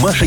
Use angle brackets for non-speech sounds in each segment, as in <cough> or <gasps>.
Маша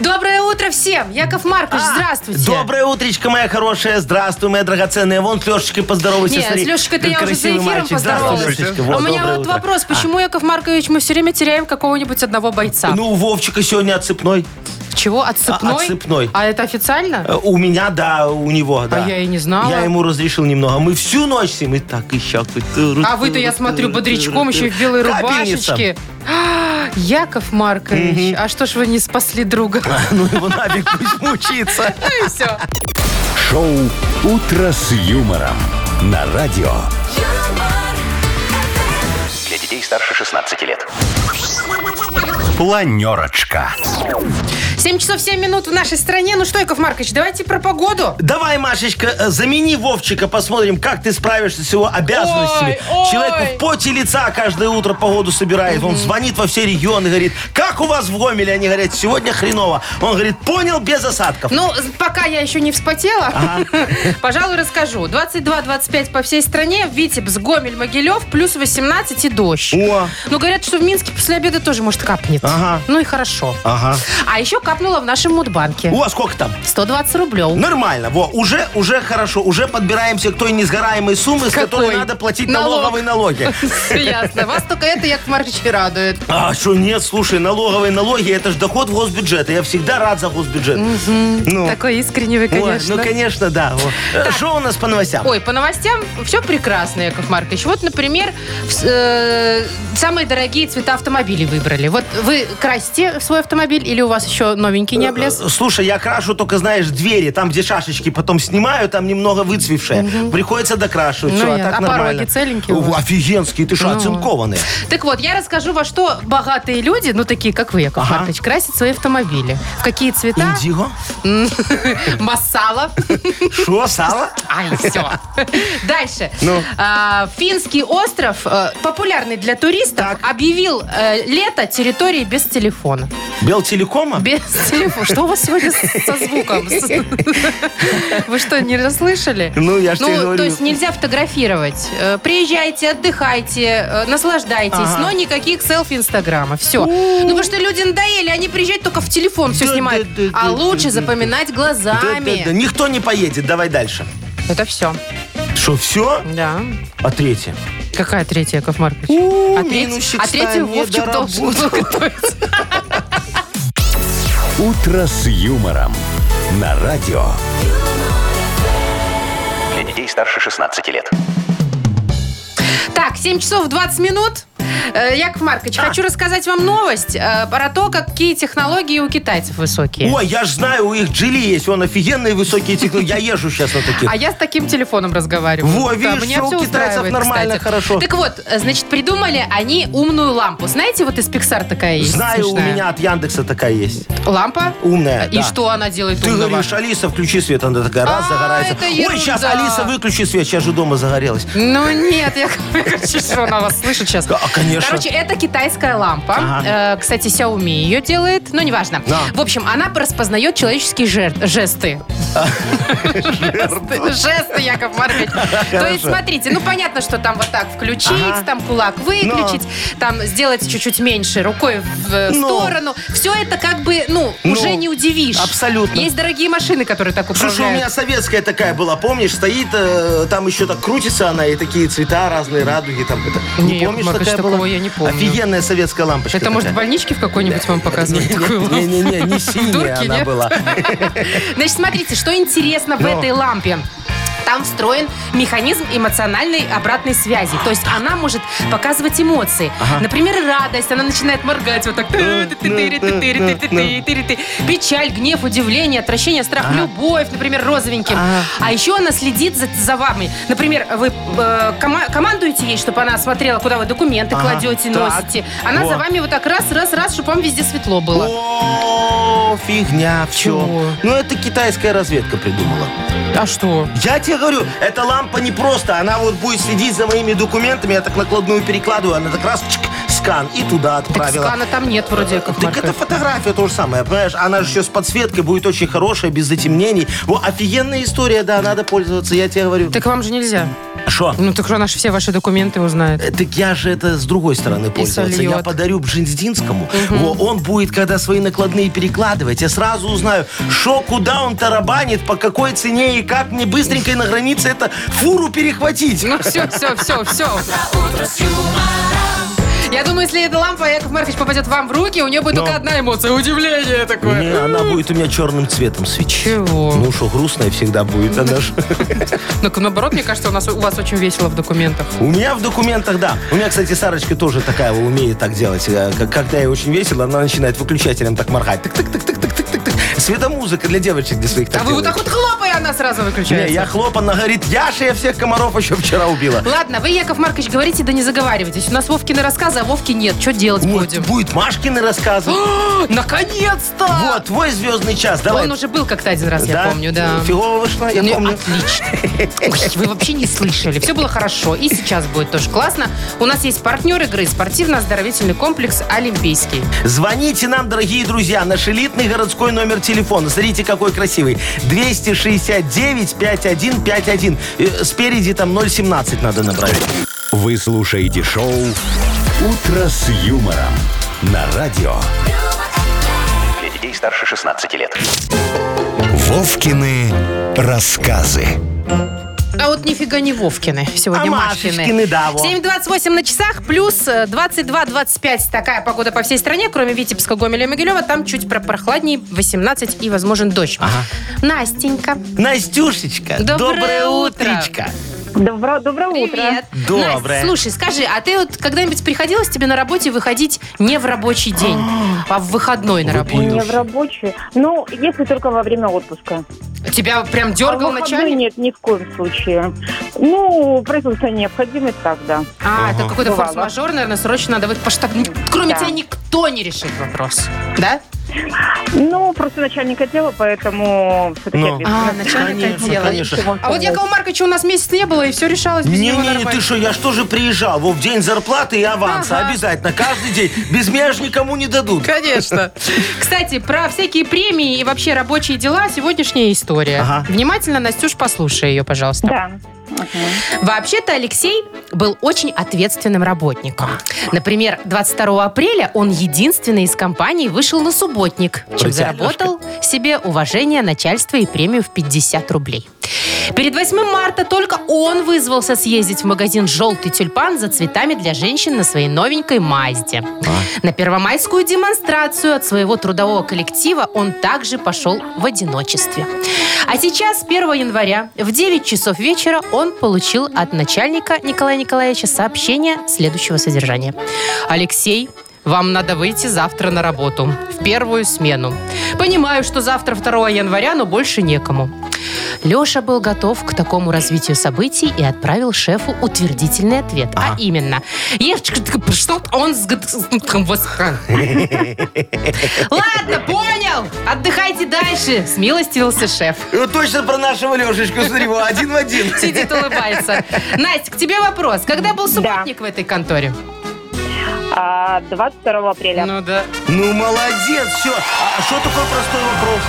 Доброе утро всем! Яков Маркович, здравствуйте! А, Доброе утречко, моя хорошая. Здравствуй, моя драгоценная. Вон с Лешечкой поздоровайся. Нет, смотри. с Лешечкой-то Ты я уже за красивый эфиром мальчик. Здравствуй, поздоровалась. Лешечка. А Вот, у меня доброе вот утро. вопрос, почему, Яков Маркович, мы все время теряем какого-нибудь одного бойца? Ну, у Вовчика сегодня отсыпной. Чего? Отцепной? А, отцепной. А это официально? Э, У меня, да, у него, да. А я и не знала. Я ему разрешил немного. Мы всю ночь с ним и так и э, щак. А вы-то, я смотрю, бодрячком еще и в белой э, Капельница. рубашечке. А, Яков Маркович, а что ж вы не спасли <laughs> друга? <laughs> Ну его нафиг, пусть мучится. Ну и все. Шоу «Утро с юмором» на радио. Для детей старше 16 лет. Планерочка. 7 часов 7 минут в нашей стране. Ну что, Яков Маркович, давайте про погоду. Давай, Машечка, э, замени Вовчика, посмотрим, как ты справишься с его обязанностями. Ой, ой. Человеку в поте лица каждое утро погоду собирает. Он звонит во все регионы, говорит, как у вас в Гомеле? Они говорят, сегодня хреново. Он говорит, понял, без осадков. Ну, з- пока я еще не вспотела, <laughs> пожалуй, расскажу. 22-25 по всей стране, Витебс, Гомель, Могилев, плюс 18 и дождь. О. Но говорят, что в Минске после обеда тоже, может, капнет. Ага. Ну и хорошо. Ага. А еще капнуло в нашем Мудбанке. О, сколько там? 120 рублей. Нормально, во, уже, уже хорошо, уже подбираемся к той несгораемой сумме, с которой Какой? надо платить Налог. налоговые налоги. <laughs> Ясно. Вас только это, Яков Маркович, и радует. А что, нет, слушай, налоговые налоги, это же доход в госбюджет, и я всегда рад за госбюджет. Ну. Такой искренний вы, Ой, конечно. ну, конечно, да. Что у нас по новостям? Ой, по новостям все прекрасно, Яков Маркович. Вот, например, в- э, самые дорогие цвета автомобилей выбрали. Вот вы красите свой автомобиль или у вас еще новенький не облез? Слушай, я крашу только, знаешь, двери, там, где шашечки потом снимаю, там немного выцвевшее. Приходится докрашивать. Ну, Все, а я- так а нормально. пороги целенькие у О, вас? Ну. Офигенские, ты что, оцинкованные. Так вот, я расскажу, во что богатые люди, ну, такие, как вы, Яков Ага. Маркович, красят свои автомобили. В какие цвета? Индиго? <laughs> Массала. Что, сало? Ай, все. А, <laughs> Дальше. Ну. А, Финский остров, э, популярный для туристов, объявил э, лето территории без телефона. Белтелекома? Без телефона. Что у вас сегодня с- <laughs> со звуком? С- Вы что, не расслышали? Ну, я ж тебе Ну, говорю. то есть нельзя фотографировать. Э, Приезжайте, отдыхайте, э, наслаждайтесь, Ага. но никаких селфи Инстаграма. Все. Ну, потому что люди надоели, они приезжают только в телефон, все Да, снимают. да, да, А да, лучше запоминать Да, да, да, глазами. Никто не поедет, давай дальше. Это все. Что, все? Да. А третье? Какая третья, Яков Маркович? У, А треть- минусик а третью ставим, Вовчик должен недоработал. был готовить. «Утро с юмором» на радио. Для детей старше 16 лет. Так, 7 часов 20 минут. Э, Яков Маркович, хочу рассказать вам новость э, про то, какие технологии у китайцев высокие. Ой, я ж знаю, у их джили есть, он офигенные высокие технологии. Я езжу сейчас на таких. А я с таким телефоном разговариваю. Во, Да, видишь, меня всё у всё китайцев устраивает, нормально, кстати. хорошо. Так вот, э, значит, придумали они умную лампу. Знаете, вот из Pixar такая есть Знаю, у смешная? меня от Яндекса такая есть. Лампа? Умная, И да. что она делает Ты умного? говоришь, Алиса, включи свет. Она такая, раз, А, загорается. это Ой, ерунда. сейчас, Алиса, выключи свет. Сейчас же дома загорелась. Ну нет, я <laughs> хочу, что она вас слышит сейчас. Да, А, конечно. Короче, это китайская лампа. Ага. Э, кстати, Xiaomi ее делает, но неважно. Да. В общем, она распознает человеческие жер- <laughs> жесты. Жесты, <laughs> жесты, Яков Маркович. То есть, Хорошо. смотрите, ну понятно, что там вот так Ага. включить, там кулак выключить, там сделать чуть-чуть меньше рукой в э, Ну. сторону. Все это как бы, ну, Ну, уже не удивишь. абсолютно. Есть дорогие машины, которые так Слушай, у меня управляют. советская такая была, помнишь, стоит, э, там еще так крутится она, и такие цвета разные, радуги там. Это, Не, Яков Маркович, такого я не помню. Офигенная советская лампочка Это, может, в такая. больничке в какой-нибудь вам <laughs> показывают такую лампу? Не-не-не, не синяя Дурки, она нет? была. Значит, смотрите, что интересно в Ну. этой лампе. Там встроен механизм эмоциональной обратной связи. То есть она может показывать эмоции. Например, радость. Она начинает моргать вот так. Печаль, гнев, удивление, отвращение, страх, любовь, например, розовеньким. А еще она следит за, за вами. Например, вы э, кома- командуете ей, чтобы она смотрела, куда вы документы Ага, кладете, так. носите. Она Во. за вами вот так раз, раз, раз, чтобы вам везде светло было. О, фигня, в Чего? чем? Ну, это китайская разведка придумала. А что? Я тебе говорю, эта лампа не просто, она вот будет следить за моими документами, я так накладную перекладываю, она так раз чик, ск- Пескан и туда Так отправила. скана там нет вроде, как Так это Маркович. фотография то же самое, понимаешь? Она же еще с подсветкой будет очень хорошая, без затемнений. Во, офигенная история, да, надо пользоваться, я тебе говорю. Так вам же нельзя. Что? Ну так что, наши все ваши документы узнают. Э, Так я же это с другой стороны пользоваться. Я сольет. подарю Бжензинскому. Во, он будет, когда свои накладные перекладывать, я сразу узнаю, что, куда он тарабанит, по какой цене и как мне быстренько и на границе это фуру перехватить. Ну все, все, все, все. Я думаю, если эта лампа, Яков Маркович, попадет вам в руки, у нее будет только одна эмоция. Удивление такое. Не, она будет у меня черным цветом свечи. Чего? Ну что, грустная всегда будет она <laughs> ж. Ну, наоборот, мне кажется, у, нас, у вас очень весело в документах. У меня в документах, да. У меня, кстати, Сарочка тоже такая вот умеет так делать. Э, к- Когда ей очень весело, она начинает выключателем так моргать. Тык-тык-тык-тык-тык-тык. Светомузыка для девочек для своих так а вы вот так делаете. вот хлопай, она сразу выключается. Не, я хлопанно говорит, Яша, я всех комаров еще вчера убила. Ладно, вы, Яков Маркович, говорите, да не заговаривайтесь. У нас Вовкины рассказы, а Вовки нет. Что делать Вот, будем? <gasps> будет Машкины рассказы. А, Наконец-то! Вот, твой звездный час, давай. Он уже был как-то один раз, ну, я помню, да. Ну, Фигово вышло, я Не, помню. Отлично. Ой, вы вообще не слышали. Все было хорошо. И сейчас будет тоже классно. У нас есть партнер игры спортивно-оздоровительный комплекс «Олимпийский». Звоните нам, дорогие друзья, наш элитный городской номер телефона. Смотрите, какой красивый. 269-5151. Э, Спереди там 017 надо набрать. Вы слушаете шоу «Утро с юмором» на радио. Для детей старше 16 лет. Вовкины рассказы. А вот нифига не Вовкины. Сегодня А Машкины. Машечкины, да, во. 7.28 на часах, плюс э, 22-25. Такая погода по всей стране, кроме Витебска, Гомеля и Могилева. Там чуть про- прохладнее, 18 и возможен дождь. Настенька. Настюшечка, Доброе доброе, утро. утречко. Добро, доброе утро. Привет. Доброе. Настя, слушай, скажи, а ты вот когда-нибудь приходилось тебе на работе выходить не в рабочий день, а в выходной на работу? Не в рабочую. Ну, если только во время отпуска. Тебя прям а дергал в выходные начальник? Нет, ни в коем случае. Ну, производственная необходимость, так, да. А, это какой-то Бывало. форс-мажор, наверное, срочно надо выйти. Потому что так, кроме Да. тебя никто не решит вопрос. Да? Ну, просто начальник отдела, поэтому все-таки Ну. А, начальник Конечно, отдела. конечно. А вот Якова Марковича у нас месяц не было, и все решалось без него Не-не-не, нормально. ты что, я что же приезжал? Во, в день зарплаты и аванса. Ага. Обязательно. Каждый день. Без меня же никому не дадут. Конечно. <laughs> Кстати, про всякие премии и вообще рабочие дела сегодняшняя история. Ага. Внимательно, Настюш, послушай ее, пожалуйста. Да. Вообще-то Алексей был очень ответственным работником. Например, 22 апреля он единственный из компаний вышел на субботник, чем Бродяжка. заработал себе уважение начальства и премию в 50 рублей. Перед 8 марта только он вызвался съездить в магазин «Желтый тюльпан» за цветами для женщин на своей новенькой «Мазде». На первомайскую демонстрацию от своего трудового коллектива он также пошел в одиночестве. А сейчас, 1 января, в 9 часов вечера, он получил от начальника Николая Николаевича сообщение следующего содержания. Алексей, вам надо выйти завтра на работу, в первую смену. Понимаю, что завтра 2 января, но больше некому. Леша был готов к такому развитию событий и отправил шефу утвердительный ответ. А, именно, «Евчик, что он с г- с- Ладно, понял! Отдыхайте дальше! Смилостивился шеф. И вот Э, точно про нашего Лешечку, смотри, во, один в один. Сидит, улыбается. Настя, к тебе вопрос. Когда был субботник в этой конторе? А, 22 апреля. Ну да. Ну, молодец, все. А что такой простой вопрос?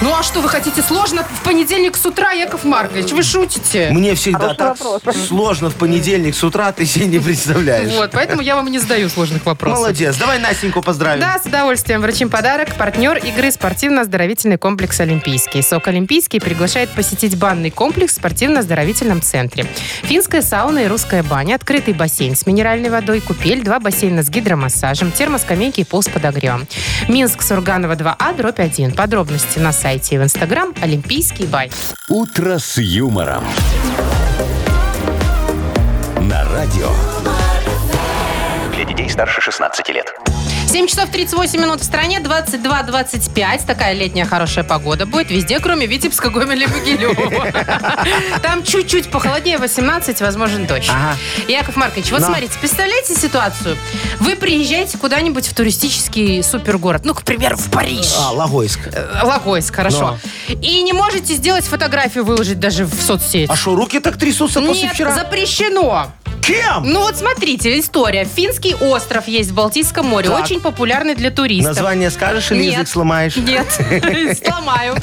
Ну а что вы хотите? Сложно в понедельник с утра, Яков Маркович. Вы шутите. Мне всегда Хороший так вопрос. сложно в понедельник с утра, ты себе не представляешь. Вот, поэтому я вам и не задаю сложных вопросов. Молодец. Давай Настеньку поздравим. Да, с удовольствием вручим подарок. Партнер игры спортивно-оздоровительный комплекс «Олимпийский». СОК «Олимпийский» приглашает посетить банный комплекс в спортивно-оздоровительном центре. Финская сауна и русская баня, открытый бассейн с минеральной водой, купель, два бассейна с гидромассажем, термоскамейки и пол с подогревом. Минск, Сурганова 2А, А, дробь 1. Подробности на сайте и в Инстаграм «Олимпийский бай». «Утро с юмором». На радио. Для детей старше 16 лет. 7 часов 38 минут в стране, 22-25. Такая летняя хорошая погода будет везде, кроме Витебска, Гомеля и Могилева. Там чуть-чуть похолоднее, 18, возможен дождь. Ага. Ну. Яков Маркович, вот Да. смотрите, представляете ситуацию? Вы приезжаете куда-нибудь в туристический супергород, ну, к примеру, в Париж. А, Ну. Лагойск. Э, Логойск, хорошо. И не можете сделать фотографию, выложить даже в соцсети. А что, руки так трясутся А после Нет, вчера? запрещено. Чем? Ну вот смотрите, история. Финский остров есть в Балтийском море, Так. очень популярный для туристов. Название скажешь или Нет. язык сломаешь? Нет, <laughs> <laughs> сломаю.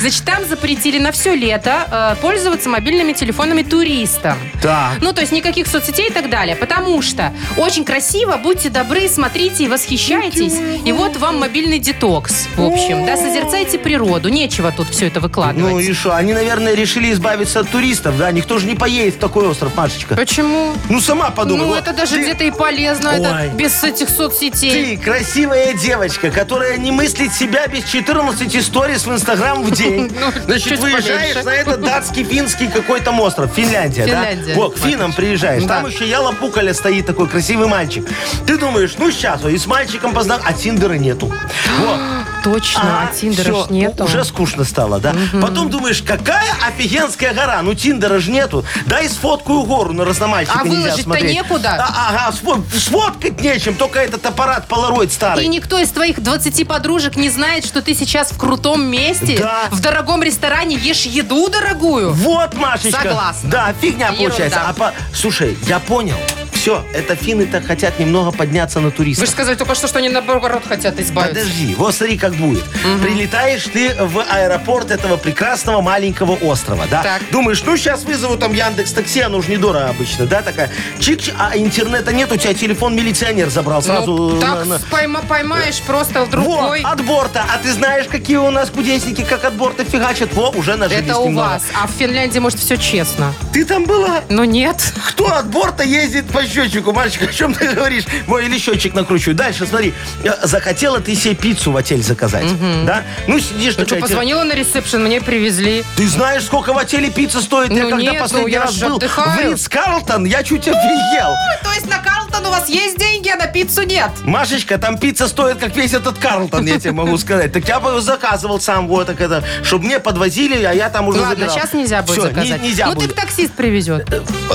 Значит, там запретили на все лето э, пользоваться мобильными телефонами туристам. Так. Ну, то есть никаких соцсетей и так далее. Потому что очень красиво, будьте добры, смотрите и восхищайтесь. И вот вам мобильный детокс. В общем, да, созерцайте природу. Нечего тут все это выкладывать. Ну и что? Они, наверное, решили избавиться от туристов, да? Никто же не поедет в такой остров, Машечка. Почему? Ну сама подумай. ну, вот это даже ты- где-то и полезно, это Ой. без этих соцсетей. Ты красивая девочка, которая не мыслит себя без 14 сторис в Инстаграм в день. <laughs> Ну, чуть Значит, поменьше. выезжаешь на этот датский, финский какой-то остров. Финляндия, Финляндия, да? Вот, к Маркович. финам приезжаешь. Там Да. еще Яла Пуколя стоит такой красивый мальчик. Ты думаешь, ну сейчас, и с мальчиком познакомился. А Тиндера нету. Вот. Точно, а, А, Тиндера всё, ж нету. ну, Уже скучно стало, да? Потом думаешь, какая офигенская гора? Ну, Тиндера же нету. Дай сфоткую гору на разномальщика А нельзя выложить-то смотреть. некуда. А, ага, сфо- сфоткать нечем, только этот аппарат полароид старый. И никто из твоих 20 подружек не знает, что ты сейчас в крутом месте, Да. в дорогом ресторане ешь еду дорогую. Вот, Машечка. Согласна. Да, фигня Ерунда. получается. А по- Слушай, я понял. Все, это финны так хотят немного подняться на Вы же туристов. сказали только что, что они наоборот хотят избавиться. Подожди, вот смотри, как будет. Прилетаешь ты в аэропорт этого прекрасного маленького острова, да? Так. Думаешь, ну сейчас вызову там Яндекс Такси, оно же недорого обычно, да, такая. Чик, а интернета нет, у тебя телефон милиционер забрал сразу. Ну, э, так на- на- пойма- поймаешь просто Во, другой. от борта. А ты знаешь, какие у нас кудесники, как от борта фигачат? Во, уже нажились Это у немного. вас. А в Финляндии, может, все честно. Ты там была? Ну нет. Кто от борта ездит по счетчику? Мальчик, о чем ты говоришь? Мой или счетчик накручиваю. Дальше, смотри. Э, Захотела ты себе пиццу в отель заказать, да? Ну, сидишь Ну что, такая, тебе- позвонила на ресепшн, мне привезли. Ты знаешь, сколько в отеле пицца стоит? я Ну когда нет, ну последний я раз же был отдыхаю. в Ридс-Карлтон, я чуть офигел. То есть на Карлтон у вас есть деньги, а на пиццу нет? Машечка, там пицца стоит, как весь этот Карлтон, я тебе могу сказать. Так я бы её заказывал сам, вот так это, чтобы мне подвозили, а я там уже Ладно, забирал. сейчас нельзя будет Всё, не- заказать. нельзя ну ты будет. таксист привезет.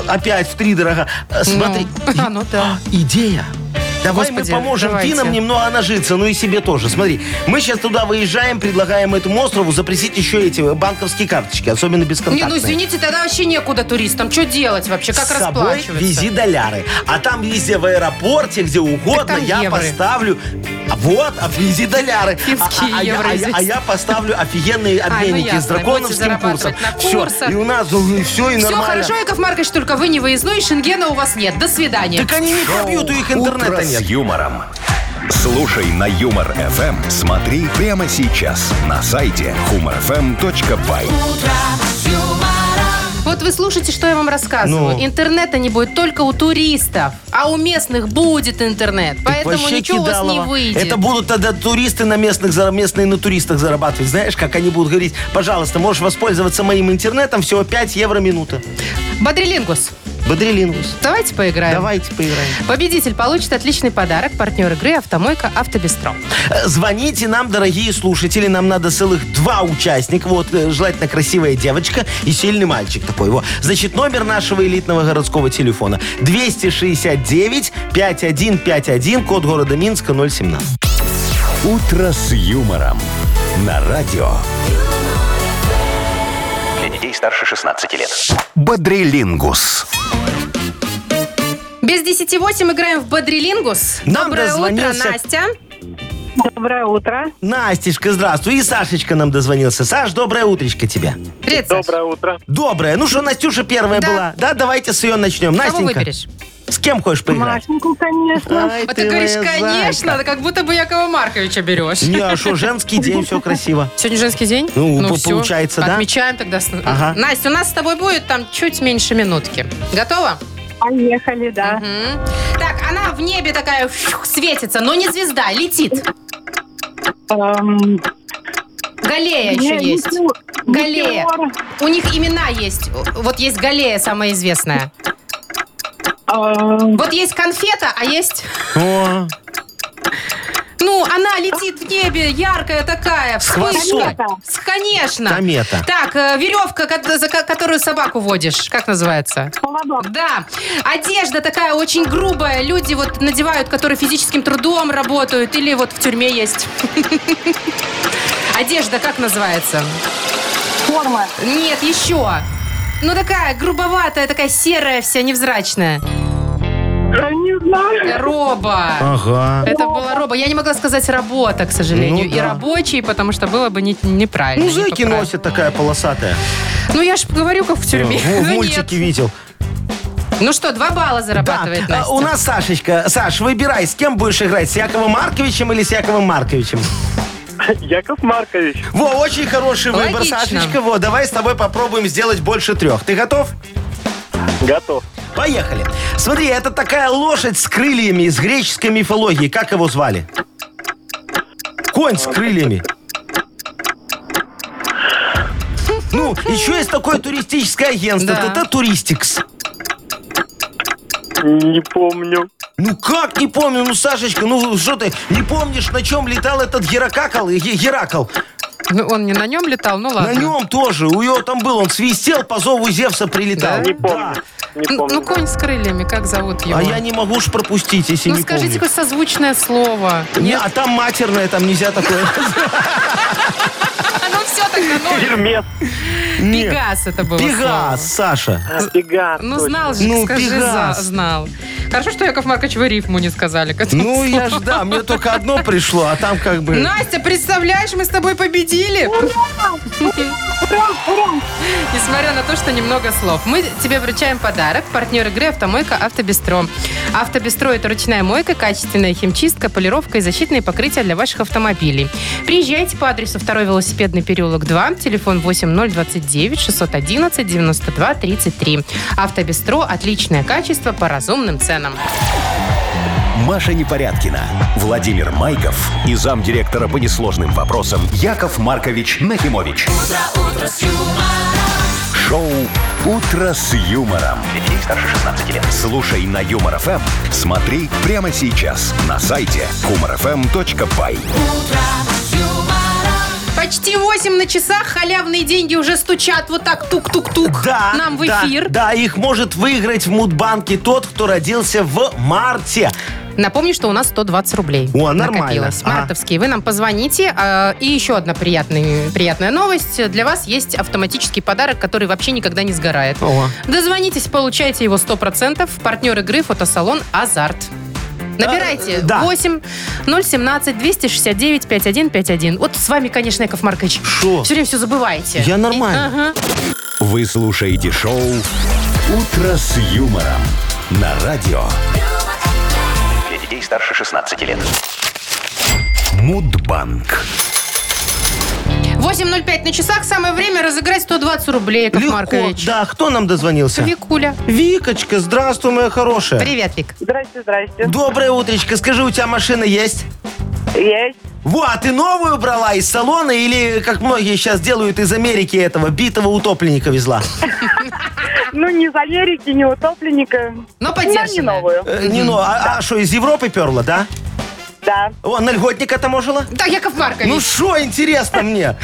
Опять в три дорога. Э, Смотри. а, ну <laughs> да. А, Идея. Давай Господи, мы поможем давайте. финам немного нажиться, ну и себе тоже. Смотри, мы сейчас туда выезжаем, предлагаем этому острову запретить еще эти банковские карточки, особенно Не, бесконтактные. ну извините, тогда вообще некуда туристам. Что делать вообще? Как С собой расплачиваться? вези доляры. А там везде в аэропорте, где угодно, там я евро. поставлю... А Вот, а вези доляры. А, Финские а- а я- евро а я, здесь. А, ну а я поставлю офигенные обменники с ясно, драконовским будете курсом. зарабатывать на Все, курсах. и у нас все и Все нормально. хорошо, Яков Маркович, только вы не выездной, Шенгена у вас нет. До свидания. Так они не пробьют, у их интернета «Утро нет. с юмором». Слушай на Юмор ФМ. Смотри прямо сейчас на сайте humorfm.by. Вот вы слушаете, что я вам рассказываю. Ну. Интернета не будет только у туристов, а у местных будет интернет. Поэтому Вообще ничего у вас не кидалово. выйдет. Это будут тогда туристы на местных, зара- местные на туристах зарабатывать. Знаешь, как они будут говорить, пожалуйста, можешь воспользоваться моим интернетом, всего 5 евро минута. Бодрилингус. Бодрилингус. Давайте поиграем. Давайте поиграем. Победитель получит отличный подарок. Партнер игры «Автомойка Автобестро». Э, Звоните нам, дорогие слушатели. Нам надо целых два участника. Вот, э, желательно красивая девочка и сильный мальчик такой. Во. Значит, номер нашего элитного городского телефона 269-5151, код города Минска 017. «Утро с юмором» на радио Для детей старше 16 лет. «Бодрилингус». Без 10.8 играем в Бодрилингус. Нам Доброе утро, дозвонился- Настя. Доброе утро. Настюшка, здравствуй. И Сашечка нам дозвонился. Саш, доброе утречко тебе. Привет, Саш. Доброе утро. Доброе. Ну что, Настюша первая Да. была. Да, давайте с ее начнем. Кого Настенька, выберешь? с кем хочешь поиграть? Машеньку, конечно. Ай, А ты говоришь, моя конечно, зайка. да как будто бы Якова Марковича берешь. Не, а что, женский день, все красиво. Сегодня женский день? Ну, по- всё. получается, да? Отмечаем тогда. с- Ага. Настя, у нас с тобой будет там чуть меньше минутки. Готова? Поехали, да. Мгм. Так, она в небе такая фью, светится, но не звезда, летит. Эм, Галея еще не- есть. метеор- Галея. метеор, У них имена есть. Вот есть Галея, самая известная. эм, Вот есть конфета, а есть... О, Ну, она летит в небе, яркая такая, С хвостом. вспышка. С- Конечно. Комета. Так, э, веревка, ко- за ко- которую собаку водишь. Как называется? Поводок. Да, одежда такая очень грубая. Люди вот надевают, которые физическим трудом работают или вот в тюрьме есть. Одежда как называется? Форма. Нет, еще. Ну такая грубоватая, такая серая вся, невзрачная. Я не знаю. Роба. Ага. Это была роба. Я не могла сказать работа, к сожалению. Ну И да. рабочий, потому что было бы не- неправильно. Ну, не зэки поправильно. носят такая <laughs> полосатая. Ну, я же говорю, как в тюрьме. Во, Э, В <laughs> Ну, мультике нет. видел. Ну что, два балла Да, зарабатывает а, Настя. у нас Сашечка. Саш, выбирай, с кем будешь играть, с Яковом Марковичем или с Яковом Марковичем? Яков Маркович. Во, очень хороший выбор, Логично. Сашечка. Во, давай с тобой попробуем сделать больше трех. Ты готов? Готов. Поехали. Смотри, это такая лошадь с крыльями из греческой мифологии. Как его звали? Конь с крыльями. Ну, еще есть такое туристическое агентство. Да. Это Туристикс. Не помню. Ну как не помню, ну Сашечка, ну что ты, не помнишь, на чем летал этот Геракакал? Ге- Геракл. Ну, он не на нем летал, ну ладно. На нем тоже, у него там был, он свистел, по зову Зевса прилетал. Да? Не помню. Не Ну, помню. ну, конь с крыльями, как зовут его? А я не могу ж пропустить, если Ну, не скажите помню. какое созвучное слово. Не, а там матерное, там нельзя <laughs> такое. А, ну все тогда, ну, Гермес. Нет. Пегас это было Пегас, Саша. А, Пегас. слово. <laughs> Ну, точно. знал же, Ну, скажи, за- Пегас. знал. Хорошо, что Яков Маркович вы рифму не сказали. к <laughs> этому Ну, слову. я ж, да, мне только одно пришло, а там как бы... Настя, представляешь, мы с тобой победили. Несмотря на то, что немного слов. Мы тебе вручаем подарок. Партнер игры «Автомойка Автобестро». «Автобестро» — это ручная мойка, качественная химчистка, полировка и защитные покрытия для ваших автомобилей. Приезжайте по адресу 2 велосипедный переулок 2, телефон 8029 611 92 33. «Автобестро» — отличное качество по разумным ценам. Маша Непорядкина, Владимир Майков и замдиректора по несложным вопросам Яков Маркович Нахимович. Шоу Утро с юмором. Для детей старше 16 лет. Слушай на Юмор ФМ, смотри прямо сейчас на сайте humorfm.by. Почти 8 на часах, халявные деньги уже стучат вот так тук-тук-тук Да, нам в да, эфир. Да, их может выиграть в Мудбанке тот, кто родился в марте. Напомню, что у нас 120 рублей О, нормально. накопилось. А. Мартовские. Вы нам позвоните. э, И еще одна приятная, приятная новость. Для вас есть автоматический подарок, который вообще никогда не сгорает. О. Дозвонитесь, получайте его 100%. Партнер игры фотосалон «Азарт». Набирайте Э, да. 8 017 269 5151. Вот с вами, конечно, Яков Маркович. Шо? Все время все забываете. Я нормально. И- ага. Вы слушаете шоу Утро с юмором на радио Для детей старше 16 лет. Мудбанк. 8.05 на часах. Самое время разыграть 120 рублей, Яков Легко. Маркович. Да, кто нам дозвонился? Викуля. Викочка, здравствуй, моя хорошая. Привет, Вик. Здрасте, здрасте. Доброе утречко. Скажи, у тебя машина есть? Есть. Во, а ты новую брала из салона или, как многие сейчас делают из Америки этого, битого утопленника везла? Ну, ни из Америки, ни утопленника. Но Но не поддержанная. новую. Э, Не, ну, а а что, из Европы перла, да? Да. О, на льготника таможила? Да, Яков Маркович. Ну что, интересно мне.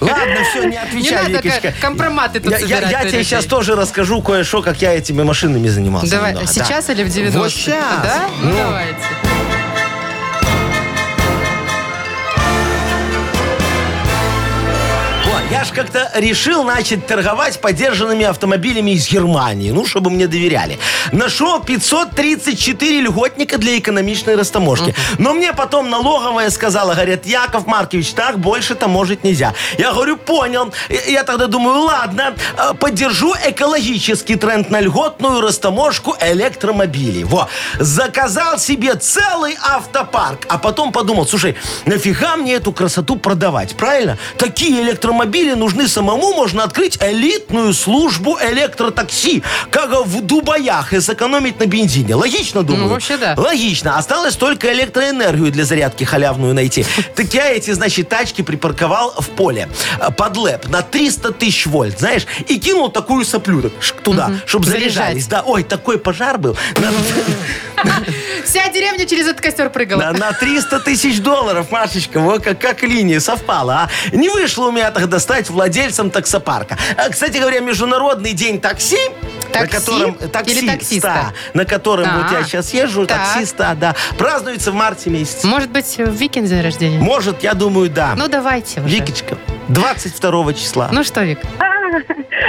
Ладно, все, не Не отвечай, надо Викочка. к- компроматы тут Я- я- собирать э, Я, у тебе людей. сейчас тоже расскажу кое-что, как я этими машинами занимался. э. Давай, немного, да. сейчас или в 90 Вот щас. Да? Ну, Ну. давайте. О, я ж как-то решил начать торговать подержанными автомобилями из Германии, ну, чтобы мне доверяли. Нашел 534 льготника для экономичной растаможки. Но мне потом налоговая сказала, говорят, Яков Маркович, так больше таможить нельзя. Я говорю, понял. И- Я тогда думаю, ладно, э, поддержу экологический тренд на льготную растаможку электромобилей. Во. Заказал себе целый автопарк, а потом подумал, слушай, нафига мне эту красоту продавать, правильно? Такие электромобили нужны самому, можно открыть элитную службу электротакси, как в Дубаях, и сэкономить на бензине. Логично, думаю? Ну, вообще да. Логично. Осталось только электроэнергию для зарядки <laughs> халявную найти. Так я эти, значит, тачки припарковал в поле э, под лэп на 300 тысяч вольт, знаешь, и кинул такую соплю так, шк, туда, чтобы Заряжать. заряжались. Да, ой, такой <laughs> пожар был. На- Вся деревня через этот костер прыгала. На, на 300 тысяч долларов, Машечка, вот как, как линия совпала, а. Не вышло у меня тогда стать владельцем таксопарка. А, Кстати говоря, Международный день такси, на Такси котором... э, или таксиста, таксиста? На котором вот А. я сейчас езжу, Так. таксиста, да, празднуется в марте месяце. Может быть, э, в Викин день рождения? Может, я думаю, да. Ну, давайте уже. Викичка, 22 числа. Ну что, Вик?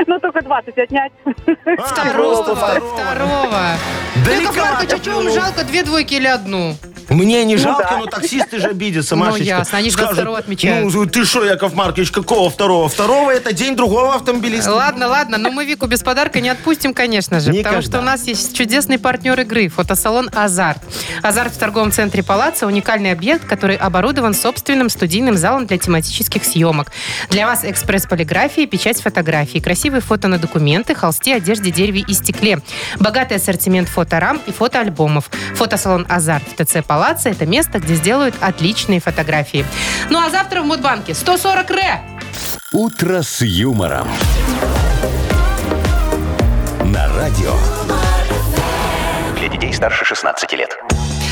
Ну, только 20 отнять. А, Второго. просто второго. Второго. Яков Маркович, а Далековато чего вам плюнул. жалко, две двойки или одну? Мне не Ну жалко, да. но таксисты же обидятся, Ну, Машечка. ясно, они ж 22-го отмечают. Ну, ты что, Яков Маркович, какого второго? Второго это день другого автомобилиста. Ладно, ладно, но мы Вику без подарка не отпустим, конечно же, потому Никогда. что у нас есть чудесный партнер игры – фотосалон «Азарт». «Азарт» в торговом центре «Палаца» – уникальный объект, который оборудован собственным студийным залом для тематических съемок. Для вас экспресс полиграфии, печать фотографий, красивые фото на документы, холсте, одежде, дереве и стекле, богатый ассортимент фоторам и фотоальбомов. Фотосалон «Азарт» в ТЦ «Палаца» – это место, где сделают отличные фотографии. Ну а завтра в Мудбанке 140 РЭ! «Утро с юмором». На радио. Для детей старше 16 лет.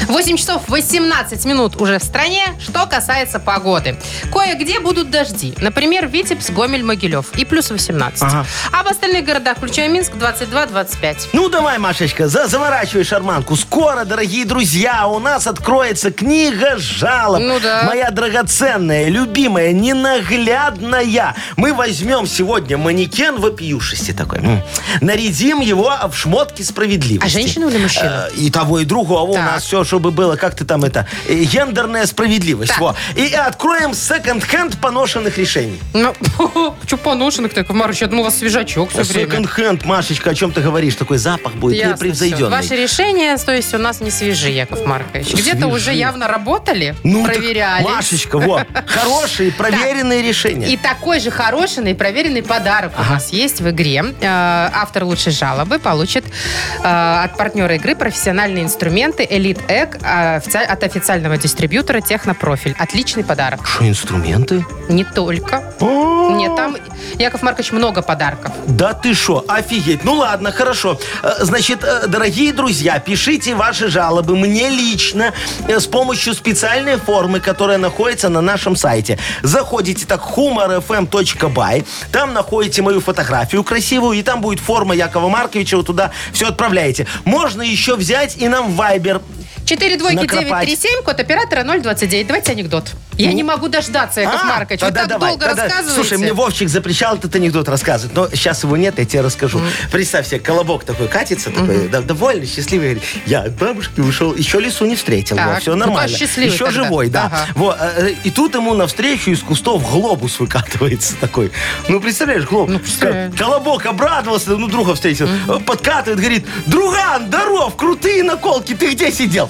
8 часов 18 минут уже в стране, что касается погоды. Кое-где будут дожди. Например, Витебс, Гомель, Могилев. И плюс 18. Ага. А в остальных городах, включая Минск, 22-25. Ну давай, Машечка, за заворачивай шарманку. Скоро, дорогие друзья, у нас откроется книга жалоб. Ну да. Моя драгоценная, любимая, ненаглядная. Мы возьмем сегодня манекен вопиюшести такой. М. Нарядим его в шмотки справедливости. А женщину или мужчину? Э, И того, и другого. У Так. нас все, чтобы было, как ты там это, э, гендерная справедливость. Так. Во. И откроем секонд-хенд поношенных решений. Ну, <laughs> чё поношенных так, Марыч, я думал, у вас свежачок все время. Секонд-хенд, Машечка, о чем ты говоришь? Такой запах будет Ясно непревзойденный. всё. Ваши решения, то есть, у нас не свежи, Яков Маркович. Где-то Свежи. уже явно работали, Ну, так, проверяли. Машечка, вот. <laughs> Хорошие, проверенные решения. И такой же хороший и проверенный подарок у нас есть в игре. Э, Автор лучшей жалобы получит э, от партнера игры профессиональные инструменты Elite Egg э, офици- от официального дистрибьютора Технопрофиль. Отличный подарок. Что, инструменты? Не только. Нет, там, Яков Маркович, много подарков. Да ты шо, офигеть. Ну ладно, хорошо. Э, Значит, э, дорогие друзья, пишите ваши жалобы мне лично э, с помощью специальной формы, которая находится на нашем сайте. Заходите так humorfm.by, там находите мою фотографию красивую, и там будет форма Якова Марковича, вы туда все отправляете. Можно еще взять и нам в Viber 4 двойки Накропать. 937, код оператора 029. Давайте анекдот. Я не могу дождаться, Яков Ну. А, Маркович. Вы тогда так давай, долго тогда- рассказываете. Слушай, мне Вовчик запрещал этот анекдот рассказывать, но сейчас его нет, я тебе расскажу. Представь себе, колобок такой катится, такой да- довольный, счастливый. Говорит, я от бабушки ушел, еще лису не встретил. Так, все ну, нормально. конечно, счастливый еще тогда. живой, да. Ага. Во, э, и тут ему навстречу из кустов глобус выкатывается такой. Ну, представляешь, глобус. Ну, представляю. К- Колобок обрадовался, ну, друга встретил. Э, Подкатывает, говорит, друган, здоров, крутые наколки, ты где сидел?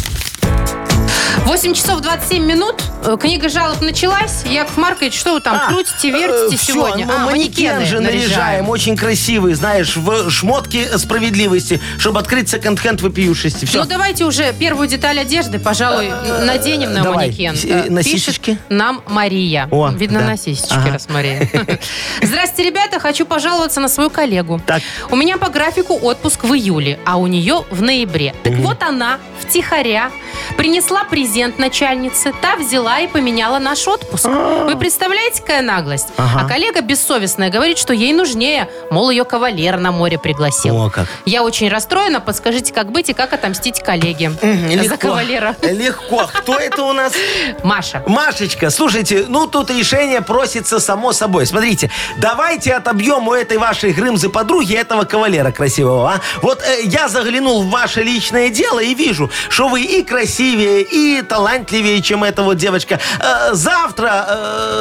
8 часов 27 минут. Э, Книга жалоб началась. Яков Маркович, что вы там А, крутите, э, вертите всё, сегодня? мы А, манекен же наряжаем, очень красивый, знаешь, в шмотке справедливости, чтобы открыть секонд-хенд вопиюшести. Все. Ну, давайте уже первую деталь одежды, пожалуй, наденем на Э, давай. манекен. С- э, на Пишет сисечки? нам Мария. О, Видно, да. на сисечки, Ага. раз <laughs> Мария. Здрасте, ребята, хочу пожаловаться на свою коллегу. Так. У меня по графику отпуск в июле, а у нее в ноябре. Так вот она, втихаря, принесла презент начальнице, та взяла и поменяла наш отпуск. Вы представляете, какая наглость? А. А Ага. коллега бессовестная говорит, что ей нужнее, мол, ее кавалер на море пригласил. О, как. Я очень расстроена. Подскажите, как быть и как отомстить коллеге за <laughs> кавалера. Легко. Кто это <laughs> у нас? Маша. Машечка, слушайте, ну тут решение просится само собой. Смотрите, давайте отобьем у этой вашей Грымзы подруги этого кавалера красивого, а? Вот э, я заглянул в ваше личное дело и вижу, что вы и красивее, и талантливее, чем эта вот девочка. Э, завтра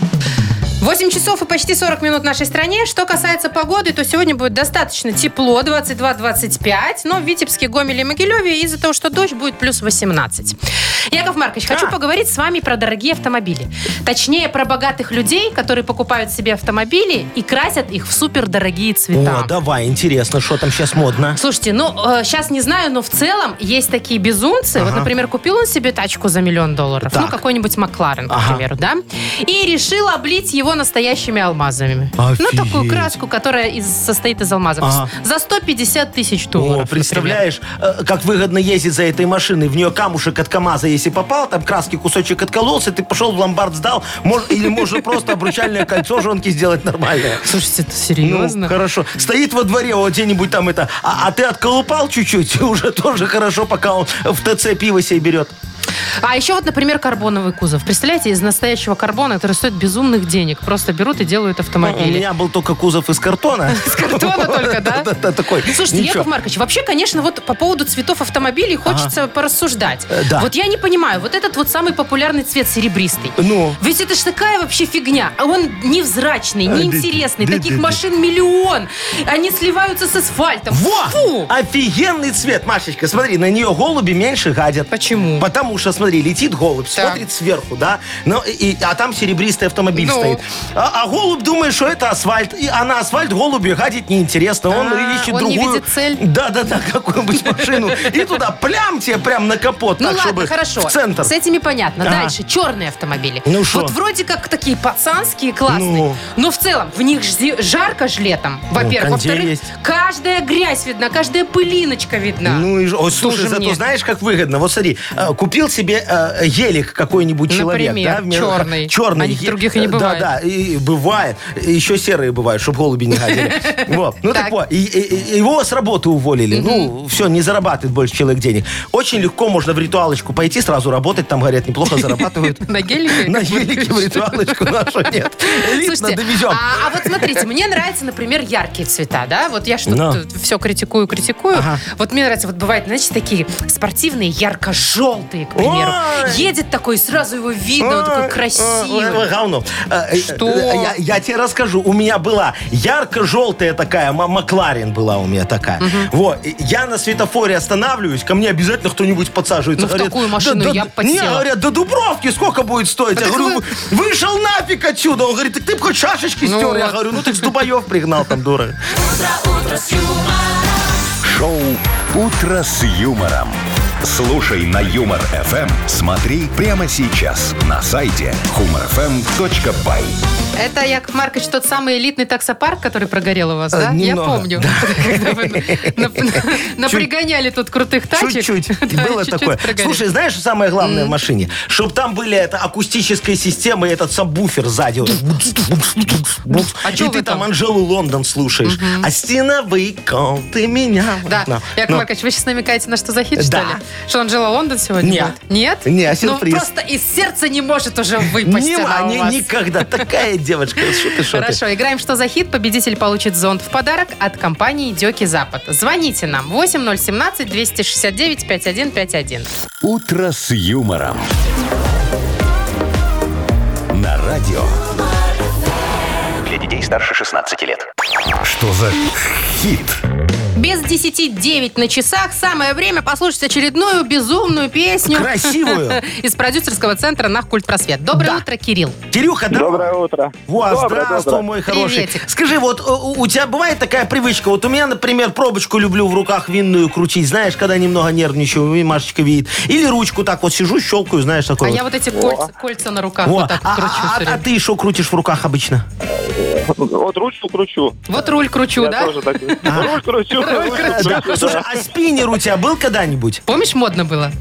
8 часов и почти 40 минут в нашей стране. Что касается погоды, то сегодня будет достаточно тепло, 22-25, но в Витебске, Гомеле и Могилеве из-за того, что дождь будет плюс 18. Яков Маркович, хочу поговорить с вами про дорогие автомобили. Точнее, про богатых людей, которые покупают себе автомобили и красят их в супердорогие цвета. О, давай, интересно, что там сейчас модно. Слушайте, ну, сейчас не знаю, но в целом есть такие безумцы. Вот, например, купил он себе тачку за миллион долларов. Ну, Так. какой-нибудь Макларен, к Ага. примеру, да? И решил облить его настоящими алмазами. Офигеть. Ну, такую краску, которая из- состоит из алмазов. Ага. За 150 тысяч О, долларов, представляешь, э, как выгодно ездить за этой машиной. В нее камушек от КамАЗа, если попал, там краски кусочек откололся, ты пошел в ломбард сдал, мож- или можно просто обручальное кольцо жонки сделать нормальное. например. Слушайте, это Ну, серьезно? хорошо. Стоит во дворе вот где-нибудь там это, а, а ты отколупал чуть-чуть, <laughs> и уже тоже хорошо, пока он в ТЦ пиво себе берет. А еще вот, например, карбоновый кузов. Представляете, из настоящего карбона, который стоит безумных денег, просто берут и делают Ну, У автомобили. меня был только кузов из картона. С <laughs> картона только, да? Да-да-да, такой. Ну, Слушайте, Ничего. Яков Маркович, вообще, конечно, вот по поводу цветов автомобилей хочется порассуждать. Э, да. Вот я не понимаю, вот этот вот самый популярный цвет серебристый. Ну? Ведь это ж такая вообще фигня. А Он невзрачный, да, неинтересный. да, Таких да, да. машин миллион. Они сливаются с асфальтом. Во! Фу! Офигенный цвет, Машечка. Смотри, на нее голуби меньше гадят. Почему? Потому что, смотри, летит голубь, Так. смотрит сверху, да, ну, и, а там серебристый автомобиль Ну. стоит. А, а голубь думает, что это асфальт, и, а на асфальт голуби гадить неинтересно. Он А, ищет он не другую... видит цель. Да-да-да, <laughs> какую-нибудь машину. И туда плям тебе прям на капот, Ну так, ладно, чтобы хорошо. в центр. С этими понятно. Ага. Дальше. Черные автомобили. Ну шо? Вот вроде как такие пацанские, классные. Ну. Но в целом в них ж зи- жарко ж летом. Во-первых. кондей Во-вторых, есть. каждая грязь видна, каждая пылиночка видна. Ну и ж- о, Тоже слушай, зато мне. знаешь, как выгодно. Вот смотри, э, купил себе э, елик какой-нибудь человек, Например, да, вме- черный. черный, Они е- э, других и не бывает. Да, да, и бывает. И Еще серые бывают, чтобы голуби <laughs> не гадили. Вот. Ну Так. так вот, и- и- и его с работы уволили. Ну, все, не зарабатывает больше человек денег. Очень легко можно в ритуалочку пойти, сразу работать, там, говорят, <laughs> неплохо зарабатывают. <laughs> На гелике? <laughs> На елике в ритуалочку нашу нет. Элитно Слушайте, довезем. А, а вот смотрите, мне нравятся, например, яркие цвета, да? Вот я Но. что-то все критикую, критикую. Вот мне нравятся, вот бывают, знаете, такие спортивные, ярко-желтые, к примеру. Ой! Едет такой, сразу его видно, он такой Ой, ой, ой, красивый. Говно. Э, э, Что? э, Я, я тебе расскажу. У меня была ярко-желтая такая, м- Макларен была у меня такая. Вот. И Я на светофоре останавливаюсь, ко мне обязательно кто-нибудь подсаживается. Ну, в такую машину я бы Не, подсела». говорят, до Дубровки сколько будет стоить? так я говорю, вы- вышел нафиг отсюда. Он говорит, так ты бы хоть шашечки Ну стер. Я вот. говорю, ну ты с Дубаев пригнал там, дура. Шоу «Утро с юмором». Слушай на Юмор ФМ. Смотри прямо сейчас на сайте humorfm.by. Это, Яков Маркович, тот самый элитный таксопарк, который прогорел у вас, да? Я Э, немного, помню. да. <laughs> Когда вы <laughs> на- на- Напрягоняли тут крутых тачек. Чуть-чуть. <laughs> Да, Было чуть-чуть такое. прогорел. Слушай, знаешь, что самое главное в машине? Чтобы там были это акустическая система и этот сабвуфер сзади. А И чё вы ты там? там Анжелу Лондон слушаешь. А стена выкал ты меня. Да. Ну, Яков ну. Маркович, вы сейчас намекаете на что за хит, что Да. ли? Что Анжела Лондон сегодня Нет. будет? Нет? Не, а сюрприз. Ну, просто из сердца не может уже выпасть Не, она у не- вас. никогда. Такая девочка. Шо ты, шо ты. Хорошо, играем «Что за хит?». Победитель получит зонт в подарок от компании «Дёки Запад». Звоните нам 8017-269-5151. «Утро с юмором». На радио. Для детей старше 16 лет. Что за хит? Без 10-9 на часах самое время послушать очередную безумную песню. Красивую. <laughs> Из продюсерского центра «Нах Культ Просвет». Доброе Да. утро, Кирилл. А Кирюха, да? Доброе утро. Во, Доброе, здравствуй, доброе. мой хороший. Приветик. Скажи, вот э, у, у тебя бывает такая привычка? Вот у меня, например, пробочку люблю в руках винную крутить, знаешь, когда немного нервничаю, и Машечка видит. Или ручку так вот сижу, щелкаю, знаешь, А такой я вот. вот эти кольца, кольца на руках Во, вот так а, кручу а- а- всё а время. ты что крутишь в руках обычно? Вот ручку кручу. а, Вот руль кручу, Я да? А. тоже так. Руль кручу. ручку Да. кручу, Слушай, да. а спиннер у тебя был когда-нибудь? Помнишь, модно было?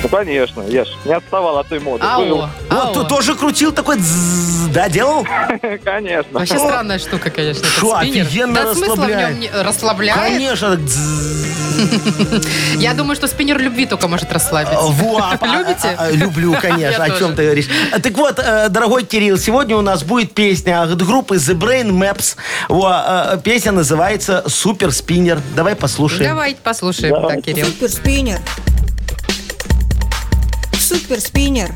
Ну, конечно, я ж не отставал от той моды. Ау, ау. Вот ты тоже крутил такой, «Дззз», да, делал? Был. <laughs> Конечно. Вообще странная штука, конечно, этот Шо, спиннер. офигенно да смысла в расслабляет. нем не- расслабляет. Конечно. так, «Дззз». <laughs> Я думаю, что спиннер любви только может расслабить. Во, а- а- Любите? <laughs> а- люблю, Я конечно. О тоже. чем ты говоришь? А, Так вот, э, дорогой Кирилл, сегодня у нас будет песня от группы The Brain Maps. Во, э, Песня называется «Супер спиннер». Давай послушаем. Давайте послушаем, да, Кирилл. Супер спиннер. Супер спиннер.